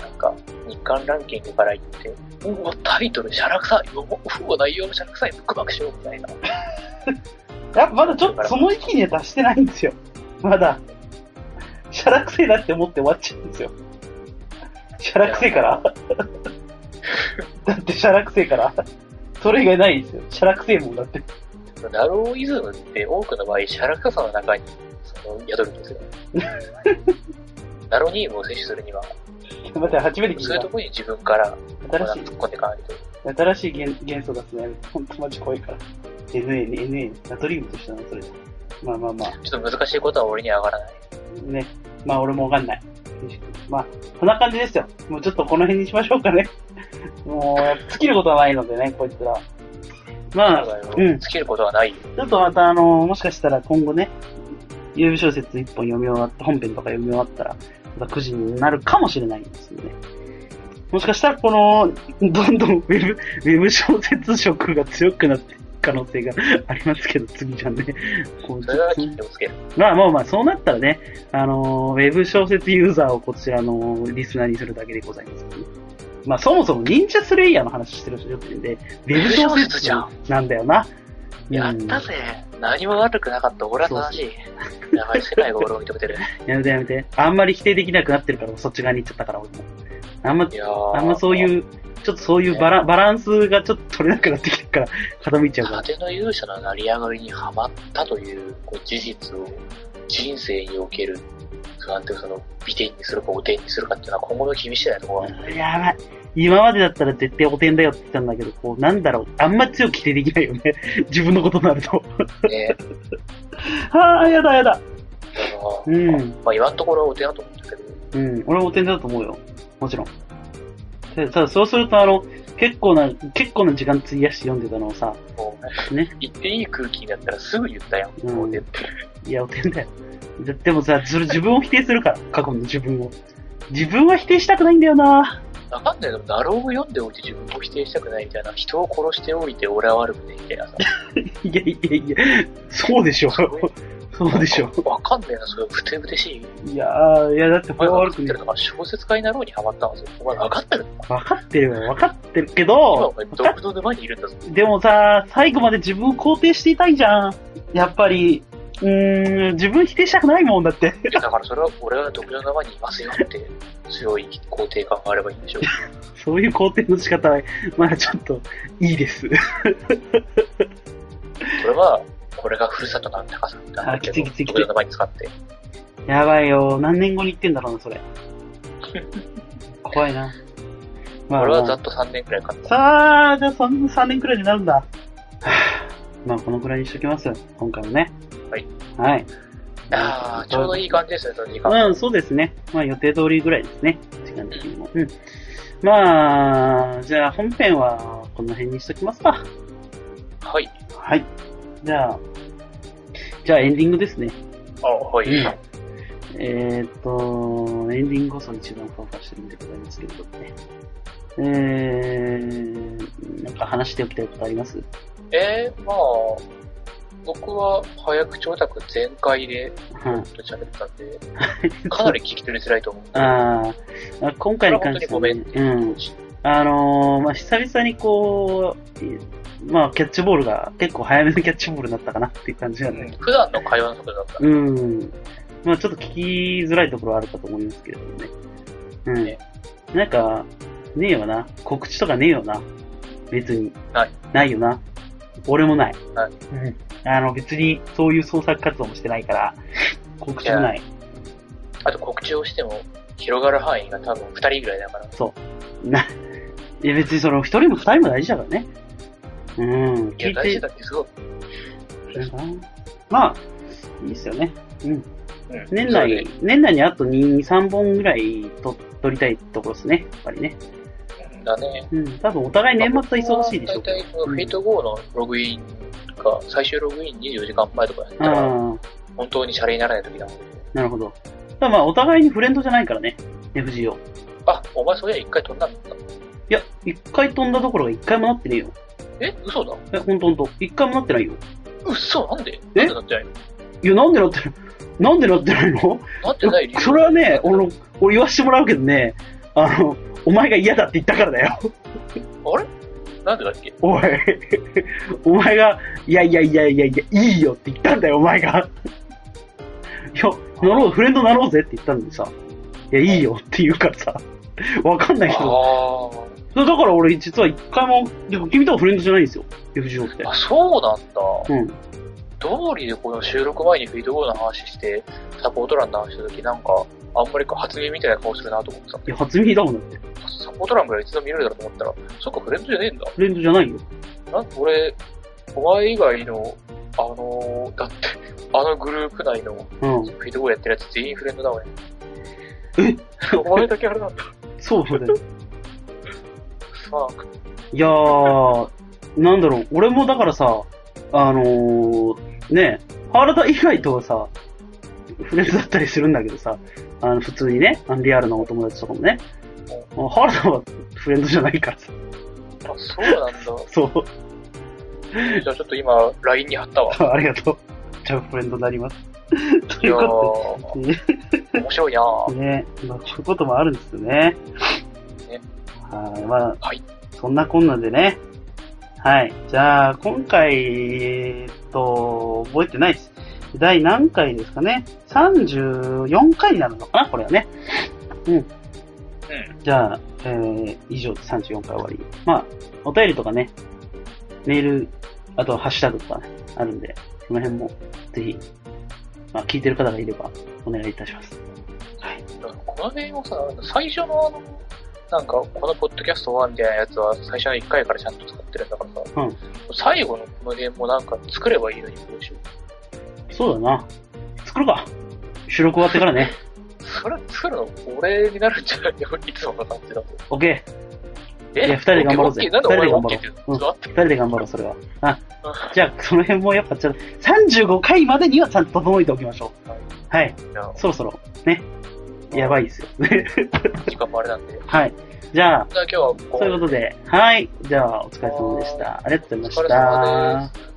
[SPEAKER 2] なんか、日刊ランキングから行って、うお、タイトル、シャラクサい、うお、うお、内容もシャラクサい、ブクバクしようみたいな。
[SPEAKER 1] やっぱまだちょっとその域には達してないんですよ。まだ。シャラくせえなって思って終わっちゃうんですよ。シャラくせえから。だってシャラくせえから。それ以外ないですよ。シャラくせえもんだって。
[SPEAKER 2] ナローイズムって多くの場合、シャラクサの中に、その、宿るんで すよ。ナロニームを摂取するには、
[SPEAKER 1] 待って、初めて聞
[SPEAKER 2] そういう
[SPEAKER 1] い
[SPEAKER 2] ところに自分から、
[SPEAKER 1] た。新
[SPEAKER 2] まあ
[SPEAKER 1] しい
[SPEAKER 2] 突っ込んでいかないと。
[SPEAKER 1] 新しい元元素がつながる。ほんとマジ怖いから。NA ね、NA、ナトリウムとしてなの、それ。まあまあまあ、
[SPEAKER 2] ちょっと難しいことは俺には上がらない。
[SPEAKER 1] ね。まあ俺もわかんない。まあ、そんな感じですよ。もうちょっとこの辺にしましょうかね。もう、尽きることはないのでね、こいつら。まあ、
[SPEAKER 2] そうだ
[SPEAKER 1] う
[SPEAKER 2] よ
[SPEAKER 1] ん
[SPEAKER 2] 尽きることはないよ。
[SPEAKER 1] ちょっとまたあの、もしかしたら今後ね、有料小説一本読み終わって、本編とか読み終わったら、また9時になるかもしれないんですよね。もしかしたらこの、どんどんウェブ、ウェブ小説色が強くなっていく可能性がありますけど、次じゃんね。こう
[SPEAKER 2] それは気をつける。
[SPEAKER 1] まあまあまあ、そうなったらね、あのー、ウェブ小説ユーザーをこちらのリスナーにするだけでございますけどね、まあそもそも忍者スレイヤーの話してる人よくいるんで、ウェブ小
[SPEAKER 2] ウェブ小説
[SPEAKER 1] 説
[SPEAKER 2] じゃん
[SPEAKER 1] なんだよな。
[SPEAKER 2] やったぜ。何も悪くなかった。俺は正しい。やばい、世界が俺を認め てる。
[SPEAKER 1] やめてやめて。あんまり否定できなくなってるから、そっち側に行っちゃったから、俺も。あんま
[SPEAKER 2] い、やー
[SPEAKER 1] あんまそういう、ちょっとそういうバラ,、バランスがちょっと取れなくなってきたから、傾いちゃうから。
[SPEAKER 2] 風の勇者の成り上がりにハマったというこう事実を人生における不安定をその美点にするか汚点にするかっていうのは今後の厳しいなところがある
[SPEAKER 1] やばい。今までだったら絶対おてんだよって言ったんだけど、こう、なんだろう。あんま強く否定できないよね。 自分のことになると。
[SPEAKER 2] ね。
[SPEAKER 1] ああ、やだやだ。
[SPEAKER 2] だから
[SPEAKER 1] うん。
[SPEAKER 2] まあ今のところはお手だと思うんだけど、
[SPEAKER 1] うん。俺もおてんだと思うよ。もちろん。たただ、そうすると、あの、結構な、結構な時間費やして読んでたのをさ、
[SPEAKER 2] もう、
[SPEAKER 1] ね
[SPEAKER 2] 言っていい空気になったらすぐ言ったやん。
[SPEAKER 1] うん
[SPEAKER 2] もうね
[SPEAKER 1] いや、おてんだよ。ででもさ、それ自分を否定するから、 過去の自分を。自分は否定したくないんだよな。
[SPEAKER 2] わかんないけど、ナローを読んでおいて自分を否定したくないみたいな、人を殺しておいて俺は悪くねえみたいなさ。
[SPEAKER 1] いやいやいや、そうでしょ。そうでしょ。
[SPEAKER 2] わかんないな、それ、ふてぶてしい。
[SPEAKER 1] いやー、いやだって
[SPEAKER 2] お
[SPEAKER 1] こ
[SPEAKER 2] 前
[SPEAKER 1] れ
[SPEAKER 2] が
[SPEAKER 1] は
[SPEAKER 2] 分
[SPEAKER 1] 悪
[SPEAKER 2] か
[SPEAKER 1] く
[SPEAKER 2] ってる
[SPEAKER 1] ね
[SPEAKER 2] のが小説家になろうにハマったんですよ。お前分かってるのか
[SPEAKER 1] 分かってるよ、分かってるけ
[SPEAKER 2] 今お
[SPEAKER 1] ど、
[SPEAKER 2] 前、毒の沼にいるんだぞ。
[SPEAKER 1] でもさ、最後まで自分を肯定していたいじゃん。やっぱり、うーん、自分否定したくないもんだって。
[SPEAKER 2] いやだからそれは俺は毒の沼にいますよって強い肯定感があればいいん でしょう。
[SPEAKER 1] そういう肯定の仕方は、まだちょっと、いいです。
[SPEAKER 2] それは、これがふるさとなんだかさ、なんだけ
[SPEAKER 1] あきついきつい
[SPEAKER 2] ど、
[SPEAKER 1] きつい
[SPEAKER 2] 毒の沼に使って。
[SPEAKER 1] やばいよ、何年後に言ってんだろうな、 それ。怖いな。まあ
[SPEAKER 2] 俺
[SPEAKER 1] まあ
[SPEAKER 2] はざっと3年くらいかった。
[SPEAKER 1] さあ、じゃあそんな3年くらいになるんだ。 はあまあ、このくらいにしときます。今回もね。
[SPEAKER 2] はい。
[SPEAKER 1] はい。
[SPEAKER 2] ああ、ちょうどいい感じですね、その時間。
[SPEAKER 1] うん、そうですね。まあ、予定通りぐらいですね。時間的にも。うん。まあ、じゃあ本編はこの辺にしときますか。
[SPEAKER 2] はい。
[SPEAKER 1] はい。じゃあ、じゃあエンディングですね。
[SPEAKER 2] あはい。
[SPEAKER 1] うんえーっと、エンディングこそ一番ふわふわしてるんでございますけれどもね。えー、なんか話しておきたいことあります
[SPEAKER 2] えー、まあ、僕は早口オタク全開で
[SPEAKER 1] は
[SPEAKER 2] ちょっと喋ったんで、 かなり聞き取りづらいと思うん
[SPEAKER 1] い。
[SPEAKER 2] で。
[SPEAKER 1] あーあ、今回に関してはね、
[SPEAKER 2] それは本当に
[SPEAKER 1] う
[SPEAKER 2] ご
[SPEAKER 1] ん。あのーまあ、久々にこう、えまあ、キャッチボールが結構早めのキャッチボールになったかなっていう感じじゃない
[SPEAKER 2] 普段の会話の速度だったら
[SPEAKER 1] うん。まあちょっと聞きづらいところはあるかと思いますけれどもね。
[SPEAKER 2] ね
[SPEAKER 1] うん。なんか、ねえよな。告知とかねえよな。別に。
[SPEAKER 2] ない。
[SPEAKER 1] ないよな。俺もない。
[SPEAKER 2] ない
[SPEAKER 1] うん。あの、別にそういう創作活動もしてないから、告知もない。
[SPEAKER 2] あと告知をしても広がる範囲が多分2人ぐらいだから。
[SPEAKER 1] な、いや別にその、一人も二人も大事だからね。うん。
[SPEAKER 2] いや、大事だってすごい。
[SPEAKER 1] まあ、いいですよね。うん。
[SPEAKER 2] うん
[SPEAKER 1] 年
[SPEAKER 2] そうね
[SPEAKER 1] 内、年内にあと2、3本ぐらいと撮りたいところですね、やっぱりね。
[SPEAKER 2] だね。
[SPEAKER 1] うん、多分お互い年末は忙しいでしょうけ
[SPEAKER 2] 大体、フェイト GO のログインが、最終ログイン24時間前とかやった
[SPEAKER 1] ど。
[SPEAKER 2] ら、
[SPEAKER 1] ああ、
[SPEAKER 2] 本当にシャレにならない時だもん。
[SPEAKER 1] なるほど。ただまあ、お互いにフレンドじゃないからね、FGO。い
[SPEAKER 2] あ、お前それ一回飛んだんだ。
[SPEAKER 1] や、一回飛んだところが一回もなってねえよ。
[SPEAKER 2] え嘘だ。
[SPEAKER 1] え、ほんとほんと。一回もなってないよ。
[SPEAKER 2] 嘘なんで
[SPEAKER 1] え
[SPEAKER 2] なんでなってないの
[SPEAKER 1] いや、なんでなってる、 なんでなってないの
[SPEAKER 2] なってない理由
[SPEAKER 1] それはね、俺の、俺言わしてもらうけどね、あの、お前が嫌だって言ったからだよ。
[SPEAKER 2] あれなんでだっけ
[SPEAKER 1] おい、 お前が、いやいやいやいやいや、いいよって言ったんだよ、お前が。いや、なろう、フレンドなろうぜって言ったんでさ、いや、いいよって言うからさ、わかんないけど、
[SPEAKER 2] あー。
[SPEAKER 1] だから俺実は一回も、でも君とはフレンドじゃないんですよ、FGO って。
[SPEAKER 2] あ、そうなん
[SPEAKER 1] う
[SPEAKER 2] だ。
[SPEAKER 1] ん。
[SPEAKER 2] 道理でこの収録前にフィードボードの話して、サポート欄の話した時なんか、あんまりか発言みたいな顔するなと思ってたん
[SPEAKER 1] い
[SPEAKER 2] で
[SPEAKER 1] や、初耳だもんだって、
[SPEAKER 2] サポート欄ぐらい一度見れるだろうと思ったら、そっか、フレンドじゃねえんだ。
[SPEAKER 1] フレンドじゃないよ。
[SPEAKER 2] なん俺、お前以外の、あのーだって、あのグループ内の
[SPEAKER 1] うん。
[SPEAKER 2] フィードボードやってるやつ全員フレンドだわね。
[SPEAKER 1] え
[SPEAKER 2] お前だけあれなんだ。
[SPEAKER 1] そうだよ。
[SPEAKER 2] まあ、
[SPEAKER 1] いやー、なんだろう、俺もだからさ、あのー、ね、原田以外とはさ、フレンズだったりするんだけどさ、あの普通にね、あのリアルなお友達とかもね、あ原田はフレンドじゃないからさ、
[SPEAKER 2] あそうなんだ。
[SPEAKER 1] そう、
[SPEAKER 2] じゃあちょっと今、LINE に貼ったわ。
[SPEAKER 1] ありがとう。じゃあフレンドになります。と
[SPEAKER 2] い
[SPEAKER 1] い
[SPEAKER 2] や
[SPEAKER 1] うこ
[SPEAKER 2] ー
[SPEAKER 1] と、で、
[SPEAKER 2] 面白いなぁ。
[SPEAKER 1] ね、まあ、こういうこともあるんですよね。
[SPEAKER 2] ね
[SPEAKER 1] はい、まあ、
[SPEAKER 2] はい
[SPEAKER 1] そんなこんなでね。はい。じゃあ、今回、えーっと、覚えてないです。第何回ですかね ?34 回になるのかなこれはね。うん。じゃあ、えー、以上で34回終わり。まあ、お便りとかね、メール、あとハッシュタグとかね、あるんで、その辺も、ぜひ、まあ、聞いてる方がいれば、お願いいたします。はい。
[SPEAKER 2] この辺をさ、最初のあの、なんか、このポッドキャストはみたいなやつは最初の1回からちゃんと使ってるんだからさ、
[SPEAKER 1] うん
[SPEAKER 2] 最後のこの辺もなんか作ればいいのに、どうしよ
[SPEAKER 1] そうだな。作るか。収録終わってから ね。
[SPEAKER 2] う。それ作るの俺になるんじゃないのいつもの感じだと。
[SPEAKER 1] オッケー。
[SPEAKER 2] え
[SPEAKER 1] いや二人で頑張ろうぜ
[SPEAKER 2] OK なんで俺が OK
[SPEAKER 1] 二
[SPEAKER 2] っ
[SPEAKER 1] 人
[SPEAKER 2] て
[SPEAKER 1] でろ
[SPEAKER 2] 言う
[SPEAKER 1] う
[SPEAKER 2] のちょっと待って
[SPEAKER 1] 二人で頑張ろう、それは。あ、じゃあ、その辺もやっぱちょっと、35回までにはちゃんと整えておきましょう。はい。
[SPEAKER 2] な
[SPEAKER 1] そろそろ、ね。やばいですよ。
[SPEAKER 2] 時間もあれなんで。じ
[SPEAKER 1] はい。じゃあ、
[SPEAKER 2] ゃあ今日はこ
[SPEAKER 1] そういうことで、はい。じゃあ、お疲れ様でした。ありがとうございま
[SPEAKER 2] お疲
[SPEAKER 1] し
[SPEAKER 2] れ
[SPEAKER 1] た
[SPEAKER 2] 様。です。